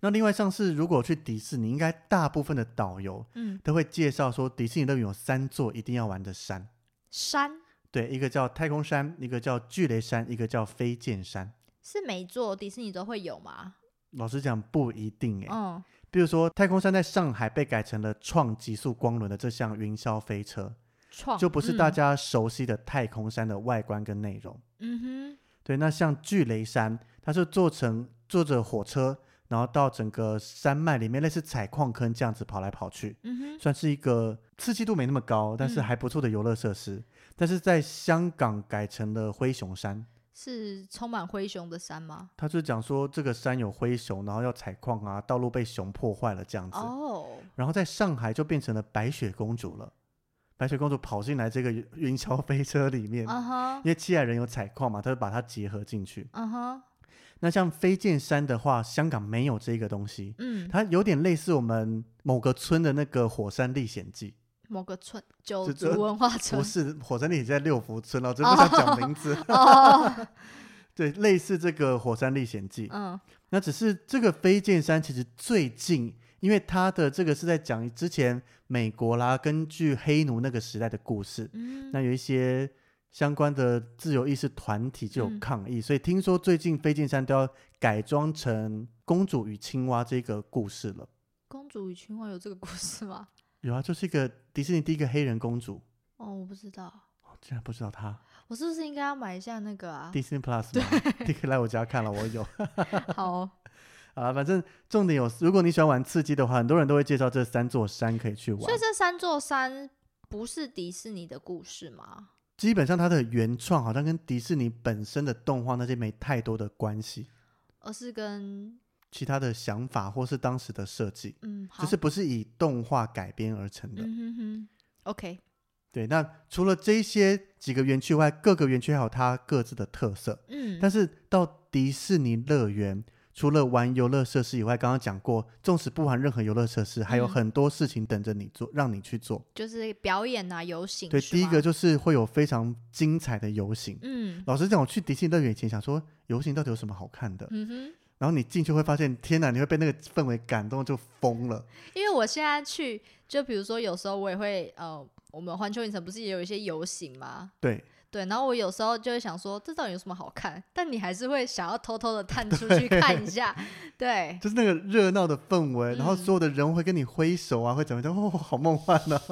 A: 那另外像是如果去迪士尼，应该大部分的导游
B: 嗯，
A: 都会介绍说，迪士尼乐园有三座一定要玩的山，
B: 山
A: 对，一个叫太空山，一个叫巨雷山，一个叫飞剑山。
B: 是每座迪士尼都会有吗？
A: 老实讲，不一定诶、
B: 嗯
A: 比如说，太空山在上海被改成了创极速光轮的这项云霄飞车，
B: 创
A: 就不是大
B: 嗯
A: 家熟悉的太空山的外观跟内容。
B: 嗯哼
A: 对，那像巨雷山，它是做成坐着火车然后到整个山脉里面，类似采矿坑这样子跑来跑去，
B: 嗯哼，
A: 算是一个刺激度没那么高，但是
B: 嗯
A: 还不错的游乐设施。但是在香港改成了灰熊山，
B: 是充满灰熊的山吗？
A: 他就讲说这个山有灰熊，然后要采矿啊，道路被熊破坏了这样子。
B: 哦，
A: 然后在上海就变成了白雪公主了，白雪公主跑进来这个云云霄飞车里面，
B: 嗯哼，
A: 因为七矮人有采矿嘛，他就把它结合进去。
B: 嗯哼，
A: 那像飞剑山的话，香港没有这个东西，
B: 嗯，
A: 它有点类似我们某个村的那个火山历险记，
B: 某个村九
A: 这
B: 族
A: 这
B: 文化村
A: 不是火山历险记在六福村哦，我真不想讲名字。
B: 哦，
A: 对，类似这个火山历险记。
B: 嗯
A: 那只是这个飞剑山其实最近，因为它的这个是在讲之前美国啦，根据黑奴那个时代的故事，
B: 嗯，
A: 那有一些相关的自由意识团体就有
B: 嗯
A: 抗议，所以听说最近飞剑山都要改装成《公主与青蛙》这个故事了。
B: 公主与青蛙有这个故事吗？
A: 有啊，就是一个迪士尼第一个黑人公主，
B: 哦，我不知道，
A: 哦竟然不知道她
B: 我是不是应该要买一下那个啊？
A: Disney Plus 吗？你可以来我家看了，我有。
B: 好，哦
A: 啊，反正重点有，如果你喜欢玩刺激的话，很多人都会介绍这三座山可以去玩。
B: 所以这三座山不是迪士尼的故事吗？
A: 基本上它的原创好像跟迪士尼本身的动画那些没太多的关系，
B: 而是跟
A: 其他的想法或是当时的设计，
B: 嗯，好，
A: 就是不是以动画改编而成的。
B: 嗯哼哼，OK，
A: 对，那除了这些几个园区外，各个园区还有它各自的特色。
B: 嗯，
A: 但是到迪士尼乐园，除了玩游乐设施以外，刚刚讲过，纵使不玩任何游乐设施，还有
B: 嗯
A: 很多事情等着你做，让你去做。
B: 就是表演啊，游行，
A: 对，
B: 是
A: 第一
B: 吗
A: 个，就是会有非常精彩的游行。
B: 嗯
A: 老实讲，我去迪士尼乐园以前想说游行到底有什么好看的，
B: 嗯哼。
A: 然后你进去会发现，天哪，你会被那个氛围感动就疯了。
B: 因为我现在去，就比如说有时候我也会，呃，我们环球影城不是也有一些游行吗？
A: 对，
B: 对，然后我有时候就会想说，这到底有什么好看？但你还是会想要偷偷的探出去看 一下，对，
A: 就是那个热闹的氛围，然后
B: 嗯
A: 所有的人会跟你挥手啊，会怎么样？哦，好梦幻啊！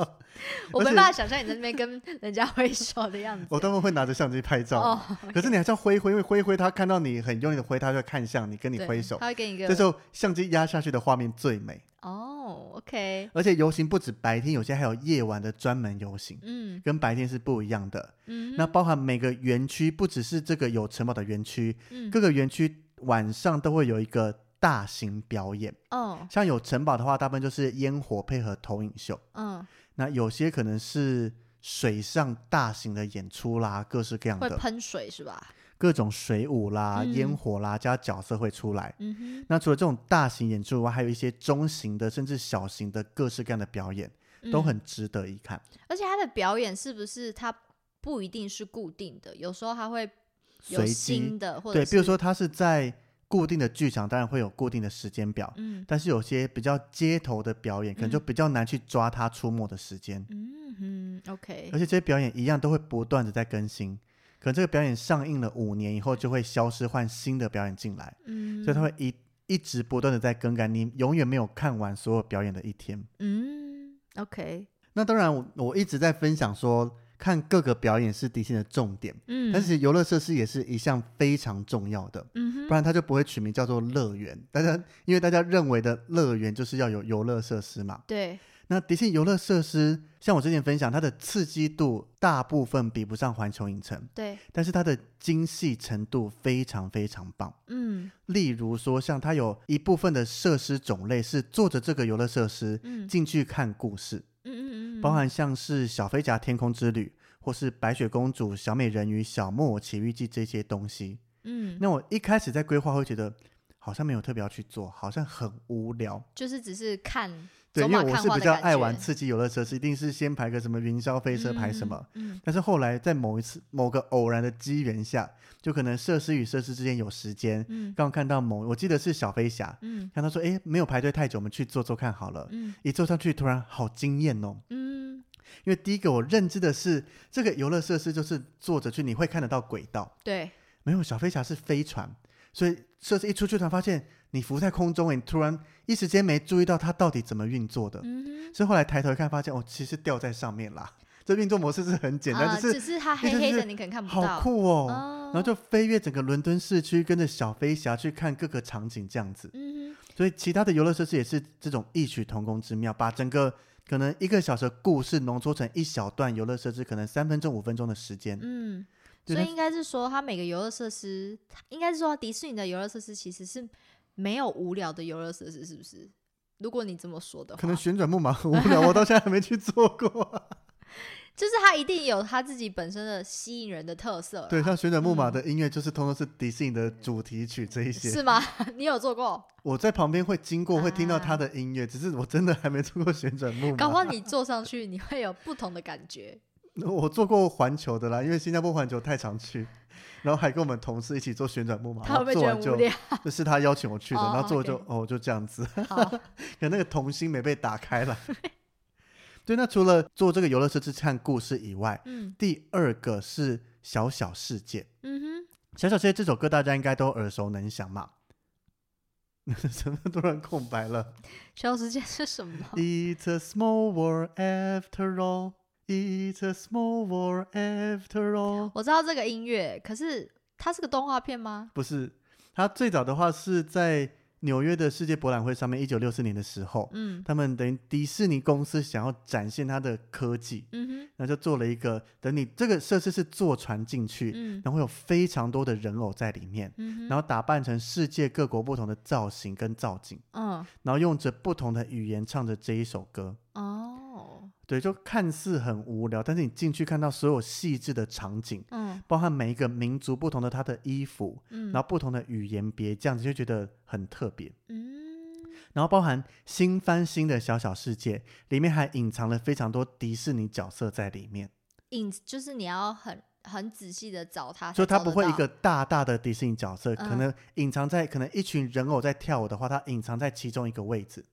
B: 我
A: 而
B: 没
A: 且
B: 办法想象你在那边跟人家 挥手的 样子。
A: 我他们会拿着相机拍照，
B: 哦，
A: 可是你还是要挥一挥，因为挥一挥他看到你很用力的挥，他就会看向你，跟你
B: 对
A: 挥手
B: 他。会给你一个
A: 这时候相机压下去的画面最美，
B: 哦，OK，
A: 而且游行不止白天，有些还有夜晚的专门游行，
B: 嗯
A: 跟白天是不一样的。
B: 嗯
A: 那包含每个园区，不只是这个有城堡的园区，
B: 嗯
A: 各个园区晚上都会有一个大型表演。
B: 哦
A: 像有城堡的话，大部分就是烟火配合投影秀，
B: 嗯，
A: 那有些可能是水上大型的演出啦，各式各样
B: 会
A: 的
B: 喷水是吧？
A: 各种水舞啦、
B: 嗯
A: 烟火啦，加角色会出来。
B: 嗯哼
A: 那除了这种大型演出以外，还有一些中型的，甚至小型的各式各样的表演，，
B: 嗯
A: 都很值得一看。
B: 而且他的表演是不是他不一定是固定的，有时候他会有
A: 随
B: 新
A: 机
B: 的，或者
A: 对，比如
B: 是
A: 说它是在固定的剧场，当然会有固定的时间表，
B: 嗯
A: 但是有些比较街头的表演，可能就
B: 嗯
A: 比较难去抓它出没的时间，
B: 嗯哼，OK，
A: 而且这些表演一样都会不断的在更新。可能这个表演上映了五年以后就会消失，换新的表演进来，
B: 嗯，
A: 所以它会一一直不断的在更改，你永远没有看完所有表演的一天。
B: 嗯，OK，
A: 那当然我，我一直在分享说，看各个表演是迪士尼的重点，
B: 嗯，
A: 但是其实游乐设施也是一项非常重要的。
B: 嗯
A: 不
B: 哼，
A: 然它就不会取名叫做乐园。大家因为大家认为的乐园就是要有游乐设施嘛。
B: 对，
A: 那迪士尼游乐设施，像我之前分享，它的刺激度大部分比不上环球影城，
B: 对，
A: 但是它的精细程度非常非常棒。
B: 嗯
A: 例如说，像它有一部分的设施种类是坐着这个游乐设施
B: 嗯
A: 进去看故事，
B: 嗯嗯嗯，
A: 包含像是小飞侠天空之旅，或是白雪公主、小美人鱼、小木偶奇遇记这些东西。
B: 嗯，
A: 那我一开始在规划会觉得好像没有特别要去做，好像很无聊。
B: 就是只是看，
A: 对，
B: 走
A: 因
B: 马
A: 为我
B: 看
A: 是
B: 花
A: 比
B: 的
A: 较
B: 感
A: 爱玩
B: 觉
A: 刺激游乐设施，一定是先排个什么云霄飞车，排什么。
B: 嗯，嗯，
A: 但是后来在某一次某个偶然的机缘下，就可能设施与设施之间有时间，
B: 嗯
A: 刚好看到某，我记得是小飞侠，
B: 嗯
A: 看他说，诶，没有排队太久，我们去坐坐看好了。
B: 嗯
A: 一坐上去，突然好惊艳哦！
B: 嗯，
A: 因为第一个我认知的是，这个游乐设施就是坐着去，你会看得到轨道，
B: 对，
A: 没有，小飞侠是飞船，所以设施一出去，突然发现你浮在空中，诶你突然一时间没注意到它到底怎么运作的，
B: 嗯哼，
A: 所以后来抬头一看，发现哦，其实掉在上面啦。这运作模式是很简单，
B: 啊
A: 只
B: 只
A: 是
B: 是它
A: 就
B: 黑黑
A: 是
B: 的，你可能看不
A: 好
B: 到，
A: 酷哦。
B: 哦，
A: 然后就飞越整个伦敦市区，跟着小飞侠去看各个场景，这样子。
B: 嗯哼，
A: 所以其他的游乐设施也是这种异曲同工之妙，把整个可能一个小时的故事浓缩成一小段游乐设施，可能三分钟、五分钟的时间。
B: 嗯，
A: 对
B: 所以
A: 那
B: 应该是说，它每个游乐设施，应该是说迪士尼的游乐设施其实是没有无聊的游乐设施，是不是？如果你这么说的话，
A: 可能旋转木马很无 聊，我到现在还没去做过。
B: 就是它一定有它自己本身的吸引人的特色啦，
A: 对，像旋转木马的音乐就是通通是迪士尼的主题曲这一些。
B: 是吗？ 你有 做过？
A: 我在旁边会经过，会听到它的音乐，只是我真的还没做过旋转木马。
B: 搞不好你坐上去，你会有不同的感觉。
A: 我做过环球的啦，因为新加坡环球太常去，然后还跟我们同事一起做旋转木马，
B: 他会
A: 然后
B: 不
A: 做
B: 会觉
A: 完就
B: 得无聊？
A: 就是他邀请我去的，
B: 哦
A: 然后做完就
B: OK
A: 哦就这样子，
B: 好，
A: 可那个童心没被打开 了。对，那除了做这个游乐设施看故事以外，
B: 嗯
A: 第二个是小小世界。
B: 嗯
A: 小小世界这首歌大家应该都耳熟能详嘛。 怎么突然空白了
B: 哼，消失界是什么？
A: ？It's a small world after all. It's a small world after all.
B: 我知道这个音乐，可是它是个动画片吗？
A: 不是，他最早的话是在纽约的世界博览会上面，一九六四年的时候，
B: 嗯
A: 他们等于迪士尼公司想要展现它的科技，
B: 嗯
A: 然后就做了一个，等你这个设施是坐船进去，
B: 哼，嗯
A: 然后会有非常多的人偶在里面，
B: 嗯
A: 然后打扮成世界各国不同的造型跟造景，
B: 哼，
A: 然后用着不同的语言唱着这一首歌。
B: 嗯哦，
A: 对，就看似很无聊，但是你进去看到所有细致的场景，
B: 嗯
A: 包含每一个民族不同的他的衣服，
B: 嗯，
A: 然后不同的语言别这样子就觉得很特别。
B: 嗯
A: 然后包含新翻新的小小世界，里面还隐藏了非常多迪士尼角色在里面，
B: 影子就是你要很很仔细的找它，
A: 就它不会一个大大的迪士尼角色，可
B: 嗯
A: 能隐藏在可能一群人偶在跳舞的话，它隐藏在其中一个位置，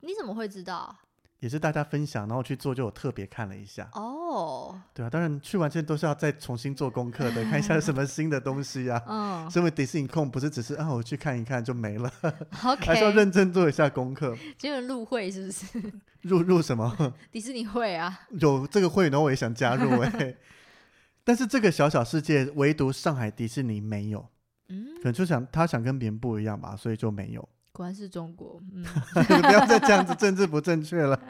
B: 你怎么会知道？
A: 也是大家分享，然后去做就有特别看了一下，
B: 哦，
A: 对啊，当然去完之前都是要再重新做功课的， 看一下有什么新的东西呀、
B: 嗯
A: 身为迪士尼控，不是只是啊我去看一看就没了，还是要
B: ，OK，
A: 认真做一下功课，
B: 今天入会是不是？
A: 入入什么？
B: 迪士尼会啊，
A: 有这个会员，然后我也想加 入哎、但是这个小小世界，唯独上海迪士尼没有，
B: 嗯
A: 可，能就想他想跟别人不一样吧，所以就没有。
B: 果然是中国， 嗯
A: 不要再这样子政治不正确了。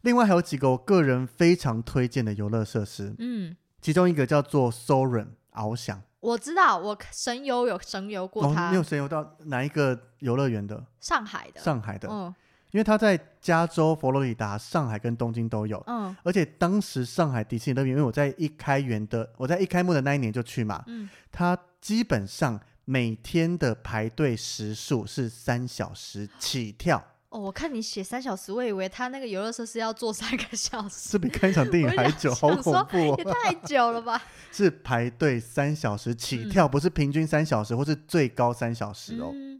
A: 另外还有几个我个人非常推荐的游乐设施，
B: 嗯，
A: 其中一个叫做 Soren 翱翔。
B: 我知道，我神游有神游过
A: 哦，
B: 它
A: 你，有神游到哪一个游乐园的？
B: 上海的，
A: 上海的，
B: 嗯
A: 因为它在加州、佛罗里达、上海跟东京都有。
B: 嗯
A: 而且当时上海迪士尼乐园，因为我在一开园的，我在一开幕的那一年就去嘛，
B: 嗯，
A: 它基本上每天的排队时数是三小时起跳，
B: 哦，我看你写三小时，我以为他那个游乐设施要做三个小时
A: 这，比看一场电影还久，
B: 我
A: 好恐
B: 想
A: 怖、
B: 也
A: 哦！
B: 太久 了吧？
A: 是排队三小时起跳，不是平均三小时，或是最高三小时哦。
B: 嗯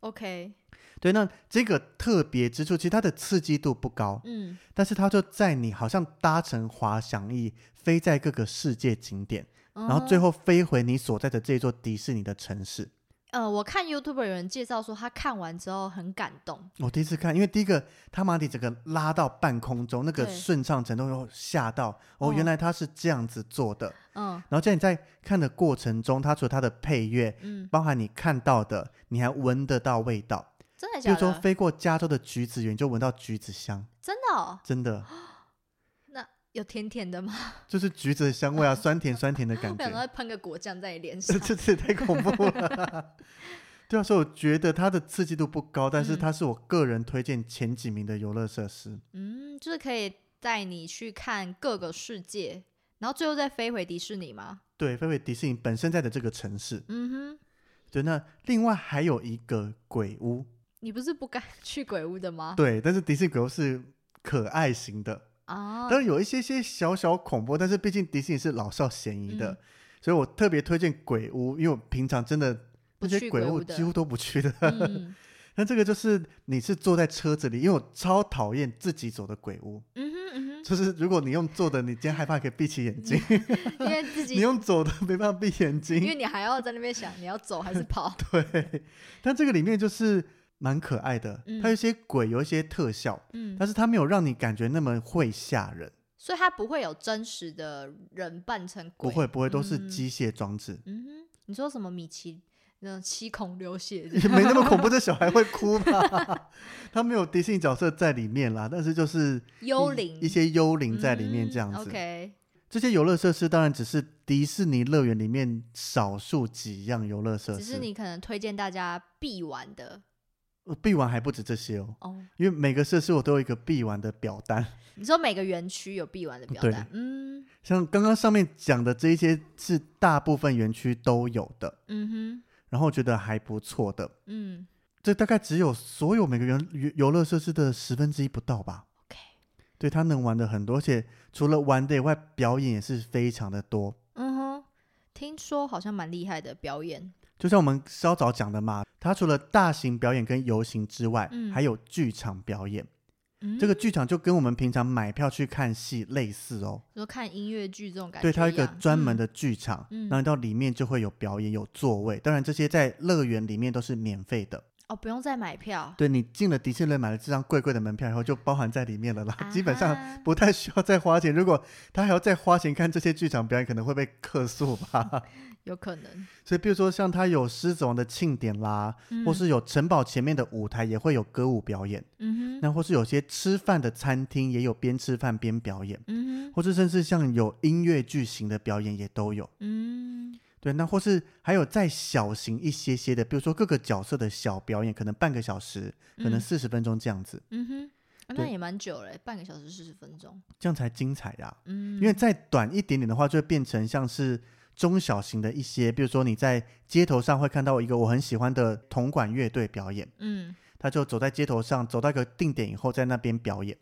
B: ，OK，
A: 对，那这个特别之处，其实它的刺激度不高，
B: 嗯，
A: 但是它就在你好像搭乘滑翔翼飞在各个世界景点，
B: 然
A: 然后最后飞回你所在的这座迪士尼的城市。
B: 呃，我看 YouTube 有人介绍说，他看完之后很感动，
A: 我第一次看，因为第一个他马蒂整个拉到半空中，那个
B: 对
A: 顺畅程度又吓到哦，
B: 哦
A: 原来他是这样子做的。
B: 嗯
A: 然后在你在看的过程中，它除了它的配乐，
B: 嗯，
A: 包含你看到的，你还闻得到味道。
B: 真的
A: 比
B: 假
A: 如说
B: 的？
A: 飞过加州的橘子园，你就闻到橘子香，
B: 真的、哦，
A: 真的
B: 有甜甜的吗？
A: 就是橘子的香 味啊，酸甜酸甜的感
B: 我
A: 觉。
B: 想到喷个果酱在你脸上
A: 这，这也太恐怖了。对啊，所以我觉得它的刺激度不高，但是
B: 嗯
A: 它是我个人推荐前几名的游乐设施。
B: 嗯，就是可以带你去看各个世界，然后最后再飞回迪士尼吗？
A: 对，飞回迪士尼本身在的这个城市。
B: 嗯哼，
A: 对，那另外还有一个鬼屋，
B: 你不是不敢去鬼屋的吗？
A: 对，但是迪士尼鬼屋是可爱型的，
B: 啊
A: 当，然有一些些小小恐怖，但是毕竟迪士尼是老少咸宜
B: 嗯
A: 的，所以我特别推荐鬼屋，因为我平常真的
B: 不
A: 那些
B: 去
A: 鬼
B: 鬼
A: 屋
B: 屋的
A: 几乎都不去的。
B: 嗯
A: 那这个就是你是坐在车子里，因为我超讨厌自己走的鬼屋，
B: 嗯哼嗯
A: 就是如果你用坐的，你今天害怕可以闭起眼睛；
B: 哼，因为自己
A: 你，用走的没办法闭眼睛，
B: 嗯因为你还要在那边想你要走还是跑，
A: 对，但这个里面就是蛮可爱的，
B: 嗯
A: 它有一些鬼，有一些特效，
B: 嗯，
A: 但是它没有让你感觉那么会吓人，
B: 所以它不会有真实的人扮成
A: 不
B: 鬼，
A: 会不会，都是
B: 嗯
A: 机械装置。
B: 嗯哼，你说什么米奇那七孔 流血这
A: 也
B: 样，
A: 没那么恐怖，这小孩会哭 吧？他没有迪士尼角色在里面啦，但是就是
B: 幽
A: 一
B: 灵嗯
A: 一些幽灵在里面这样子。
B: OK，
A: 这些游乐设施当然只是迪士尼乐园里面少数几样游乐设施，
B: 只是你可能推荐大家必玩的
A: 呃必玩还不止这些哦，
B: 哦。
A: 因为每个设施我都有一个必玩的表单。
B: 你说每个园区有必玩的表
A: 哦对
B: 单，嗯
A: 像刚刚上面讲的这一些是大部分园区都有的，
B: 嗯
A: 然后觉得还不错的。
B: 哼，嗯
A: 这大概只有所有每个园游游乐设施的十分之一不到吧。
B: ，OK，
A: 对，它能玩的很多，而且除了玩的以外，表演也是非常的多。
B: 嗯哼，听说好像蛮厉害的表演，
A: 就像我们稍早讲的嘛，它除了大型表演跟游行之外，
B: 嗯
A: 还有剧场表演。
B: 嗯，
A: 这个剧场就跟我们平常买票去看戏类似哦。
B: 说看音乐剧啊这种感觉
A: 对，它
B: 样，
A: 有一个专门的剧场，
B: 嗯嗯
A: 然后你到里面就会有表演、有座位。当然，这些在乐园里面都是免费的。
B: 哦，不用再买票，
A: 对你进了迪士尼乐园买了这张贵贵的门票以后，就包含在里面了啦。基本上
B: 啊
A: 不太需要再花钱。如果他还要再花钱看这些剧场表演，可能会被客诉吧。
B: 有可能，
A: 所以，比如说像他有狮子王的庆典啦，
B: 嗯
A: 或是有城堡前面的舞台也会有歌舞表演，
B: 嗯哼，
A: 那或是有些吃饭的餐厅也有边吃饭边表演，
B: 嗯哼，
A: 或是甚至像有音乐剧型的表演也都有。
B: 嗯，
A: 对，那或是还有再小型一些些的，比如说各个角色的小表演，可能半个小时，可能
B: 嗯
A: 四十分钟这样子，
B: 嗯哼，啊那
A: 对
B: 也蛮久了，半个小时四十分钟，
A: 这样才精彩呀、
B: 嗯，
A: 因为再短一点点的话，就会变成像是中小型的一些，比如说你在街头上会看到一个我很喜欢的铜管乐队表演，
B: 嗯
A: 他就走在街头上，走到一个定点以后，在那边表演，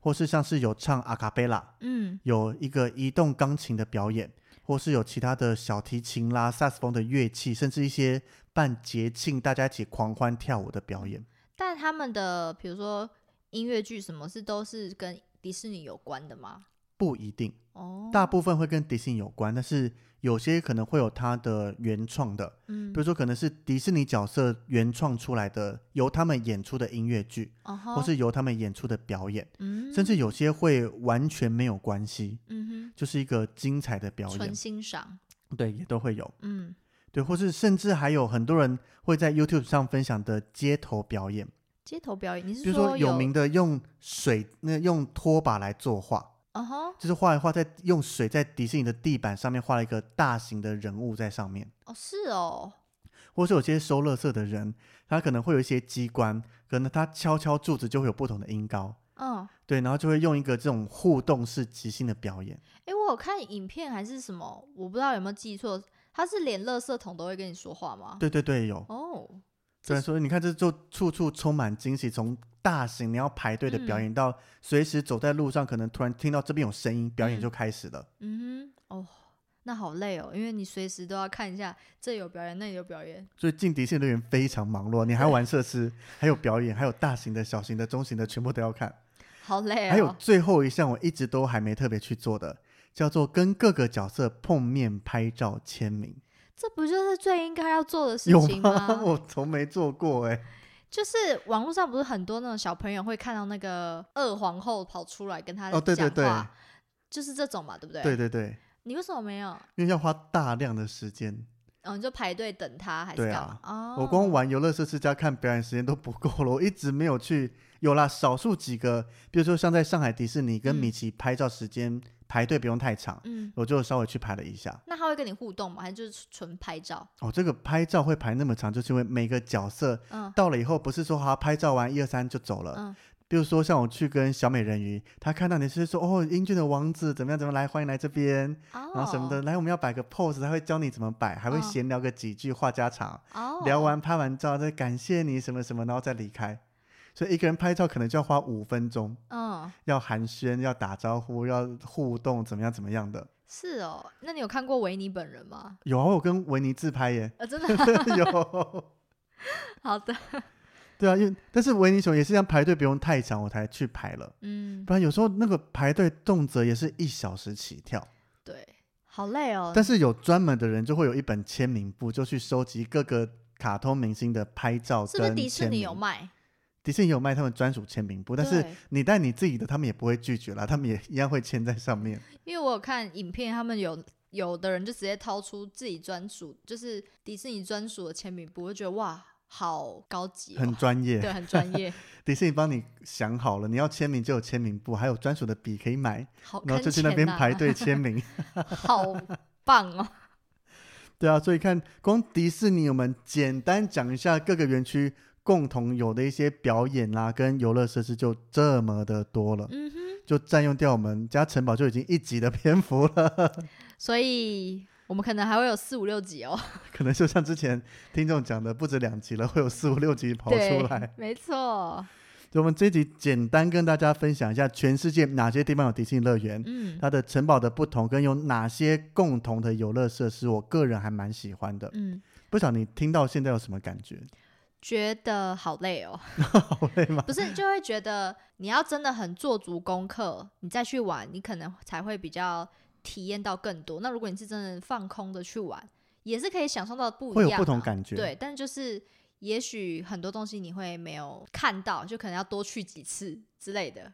A: 或是像是有唱阿卡贝拉，
B: 嗯
A: 有一个移动钢琴的表演，或是有其他的小提琴啦、萨克斯风的乐器，甚至一些办节庆大家一起狂欢跳舞的表演。
B: 但他们的比如说音乐剧什么是都是跟迪士尼有关的吗？
A: 不一定，
B: 哦，
A: 大部分会跟迪士尼有关，但是有些可能会有它的原创的，
B: 嗯
A: 比如说可能是迪士尼角色原创出来的，由他们演出的音乐剧，
B: 哦吼，
A: 或是由他们演出的表演，
B: 嗯，
A: 甚至有些会完全没有关系，
B: 嗯
A: 就是一个精彩的表
B: 哼，纯
A: 演，
B: 欣赏，
A: 对，也都会有，
B: 嗯，
A: 对，或是甚至还有很多人会在 YouTube 上分享的街头表演，
B: 街头表演，你是
A: 比如说有
B: 有
A: 名的用水那用拖把来作画，
B: 哦吼，
A: 就是画一画在用水在迪士尼的地板上面画了一个大型的人物在上面。
B: 哦是哦，
A: 或是有些收垃圾的人，他可能会有一些机关，可能他敲敲柱子就会有不同的音高，
B: 嗯，
A: 对，然后就会用一个这种互动式即兴的表演，
B: 诶，我有看影片还是什么，我不知道有没有记错，他是连垃圾桶都会跟你说话吗？
A: 对对对，有，
B: 哦，
A: 对，所以你看这就处处充满惊喜，从大型你要排队的表演到随时走在路上，可能突然听到这边有声音，表演就开始了，
B: 嗯哼，哦，那好累哦，因为你随时都要看一下这有表演，那有表演，
A: 所以进迪士尼乐园非常忙碌，你还要玩设施，还有表演，还有大型的、小型的、中型的，全部都要看。
B: 好累哦。
A: 还有最后一项，我一直都还没特别去做的，叫做跟各个角色碰面拍照签名，
B: 这不就是最应该要做的事
A: 有
B: 情
A: 吗？ 我从没做过哎、
B: 就是网络上不是很多那种小朋友会看到那个二皇后跑出来跟他讲话，
A: 哦，对对对，
B: 就是这种嘛，对不对？
A: 对对对，
B: 你为什么没有？
A: 因为要花大量的时间，
B: 哦，你就排队等他还是
A: 对
B: 干
A: 啊
B: 嘛？哦，
A: 我光玩游乐设施加看表演时间都不够了，我一直没有去。有啦，少数几个，比如说像在上海迪士尼跟
B: 嗯
A: 米奇拍照时间、排队不用太长，
B: 嗯，
A: 我就稍微去排了一下。
B: 那他会跟你互动吗？还是就是纯拍照？
A: 哦，这个拍照会排那么长，就是因为每个角色
B: 嗯
A: 到了以后，不是说好拍照完一二三就走了，
B: 嗯
A: 比如说像我去跟小美人鱼，她看到你是说哦英俊的王子怎么样怎么样来欢迎来这边，
B: 哦，
A: 然后什么的，来我们要摆个 pose，她会教你怎么摆，还会
B: 嗯
A: 闲聊个几句话家常，
B: 哦，
A: 聊完拍完照再感谢你什么什么，然后再离开。所以一个人拍照可能就要花五分钟，
B: 嗯，
A: 要寒暄，要打招呼，要互动，怎么样怎么样的。
B: 是哦。那你有看过维尼本人吗？，
A: 有啊，我有跟维尼自拍耶
B: 呃，真的 啊
A: 有。
B: 好的，
A: 对啊，因为但是维尼熊也是这样排队不用太长，我才去排了，
B: 嗯，
A: 不然有时候那个排队动辄也是一小时起跳。
B: 对，好累哦。
A: 但是有专门的人就会有一本签名簿，就去收集各个卡通明星的拍照
B: 是不是
A: 跟
B: 迪士
A: 签
B: 尼
A: 名。
B: 有卖？
A: 迪士尼有卖他们专属签名簿，但是
B: 对
A: 你带你自己的，他们也不会拒绝啦，他们也一样会签在上面。
B: 因为我有看影片，他们有有的人就直接掏出自己专属，就是迪士尼专属的铅笔簿，我就觉得哇，好高级、哦，
A: 很专业。
B: 对，很专业，
A: 迪士尼帮你想好了，你要签名就有签名簿，还有专属的笔可以买，
B: 好坑 钱、
A: 然
B: 啊，
A: 后就去那边排，队签名。
B: 好棒哦！
A: 对啊，所以看光迪士尼，我们简单讲一下各个园区共同有的一些表演啦、跟游乐设施就这么的多了，
B: 嗯哼，
A: 就占用掉我们家城堡就已经一集的篇幅了。
B: 所以我们可能还会有四五六集哦。
A: 可能就像之前听众讲的，不止两集了，会有四五六集跑出
B: 对，
A: 来。
B: 没错，
A: 所以我们这一集简单跟大家分享一下全世界哪些地方有迪士尼乐园，
B: 嗯
A: 它的城堡的不同跟有哪些共同的游乐设施，我个人还蛮喜欢的。
B: 嗯，
A: 不晓得你听到现在有什么感觉？
B: 觉得好累哦，
A: 好累吗？
B: 不是就会觉得你要真的很做足功课，你再去玩，你可能才会比较体验到更多。那如果你是真的放空的去玩，也是可以享受到不
A: 会
B: 一
A: 有
B: 样、啊，
A: 不同感觉。
B: 对，但就是也许很多东西你会没有看到，就可能要多去几次之类的。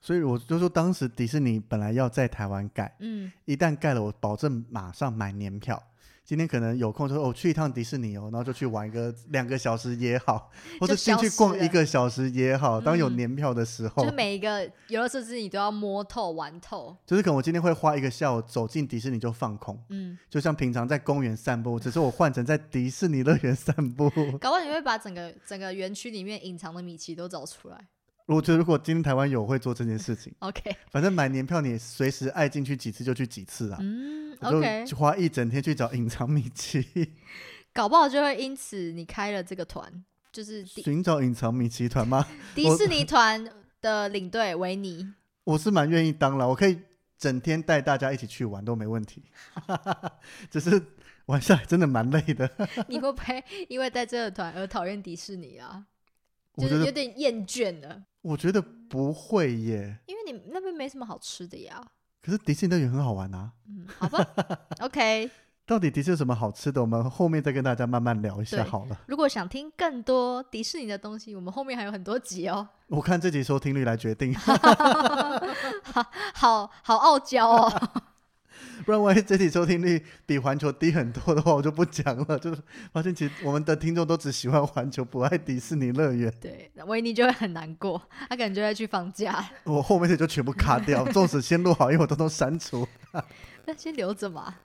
A: 所以我就说，当时迪士尼本来要在台湾盖，
B: 嗯，
A: 一旦盖了，我保证马上买年票。今天可能有空就说哦，去一趟迪士尼哦，然后就去玩个两个小时也好，或者
B: 就
A: 进
B: 消
A: 去
B: 失
A: 逛
B: 了
A: 一个小时也好。当有
B: 嗯
A: 年票的时候，
B: 就是每一个游乐设施你都要摸透、玩透。
A: 就是可能我今天会花一个下午走进迪士尼就放空，
B: 嗯，
A: 就像平常在公园散步，只是我换成在迪士尼乐园散步。
B: 搞不好你会把整个整个园区里面隐藏的米奇都找出来。
A: 我觉得如果今天台湾有，我会做这件事情。
B: OK，
A: 反正买年票你也随时爱进去几次就去几次啊，
B: 嗯
A: 我就
B: ，OK，
A: 去花一整天去找隐藏米奇。
B: 搞不好就会因此你开了这个团，就是迪
A: 寻找隐藏米奇团吗？
B: 迪士尼团的领队维尼。
A: 我是蛮愿意当了，我可以整天带大家一起去玩都没问题。 只是玩下来真的蛮累的，
B: 你会不会因为带这个团而讨厌迪士尼啊？
A: 我
B: 就
A: 觉
B: 是有
A: 得
B: 点厌倦了，
A: 我觉得不会耶。
B: 因为你那边没什么好吃的呀。
A: 可是迪士尼乐园很好玩啊，
B: 嗯，好吧，OK。
A: 到底迪士尼有什么好吃的，我们后面再跟大家慢慢聊一下
B: 对
A: 好了。
B: 如果想听更多迪士尼的东西，我们后面还有很多集哦。
A: 我看这集收听率来决定，
B: 好好傲 娇哦，
A: 不然万一这集收听率比环球低很多的话，我就不讲了。就是发现其实我们的听众都只喜欢环球，不爱迪士尼乐园。
B: 对，维尼就会很难过，他可能就会去放假，
A: 我后面的就全部卡 掉，纵使先录好，因为我都都删除。
B: 那先留着嘛。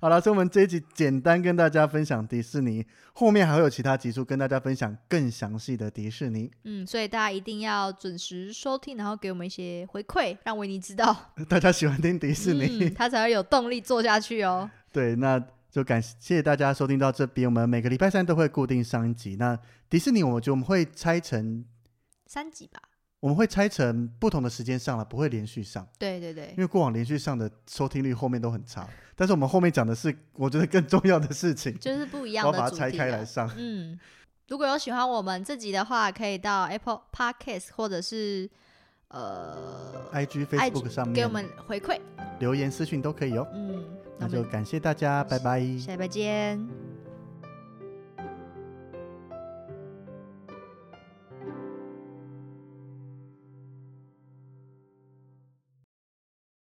A: 好了，所以我们这一集简单跟大家分享迪士尼，后面还会有其他集数跟大家分享更详细的迪士尼。
B: 嗯，所以大家一定要准时收听，然后给我们一些回馈，让维尼知道，
A: 大家喜欢听迪士尼，
B: 嗯，他才会有动力做下去哦。
A: 对，那就感谢大家收听到这边。我们每个礼拜三都会固定上一集。那迪士尼，我觉得我们会拆成，
B: 三集吧，
A: 我们会拆成不同的时间上了，不会连续上，
B: 对对对
A: 因，为过往连续上的收听率后面都很差。但是我们后面讲的是，我觉得更重要的事情，
B: 就是不一
A: 我
B: 样
A: 要
B: 的主
A: 把它
B: 题
A: 拆开
B: 了
A: 来上。
B: 嗯，如果有喜欢我们这集的话，可以到 Apple Podcast 或者是呃
A: IG、
B: IG
A: Facebook 上面
B: 给我们回馈。
A: 留言私讯都可以哦。
B: 嗯，
A: 那
B: 那我
A: 就
B: 们
A: 感谢大家，拜拜。
B: 下礼拜见。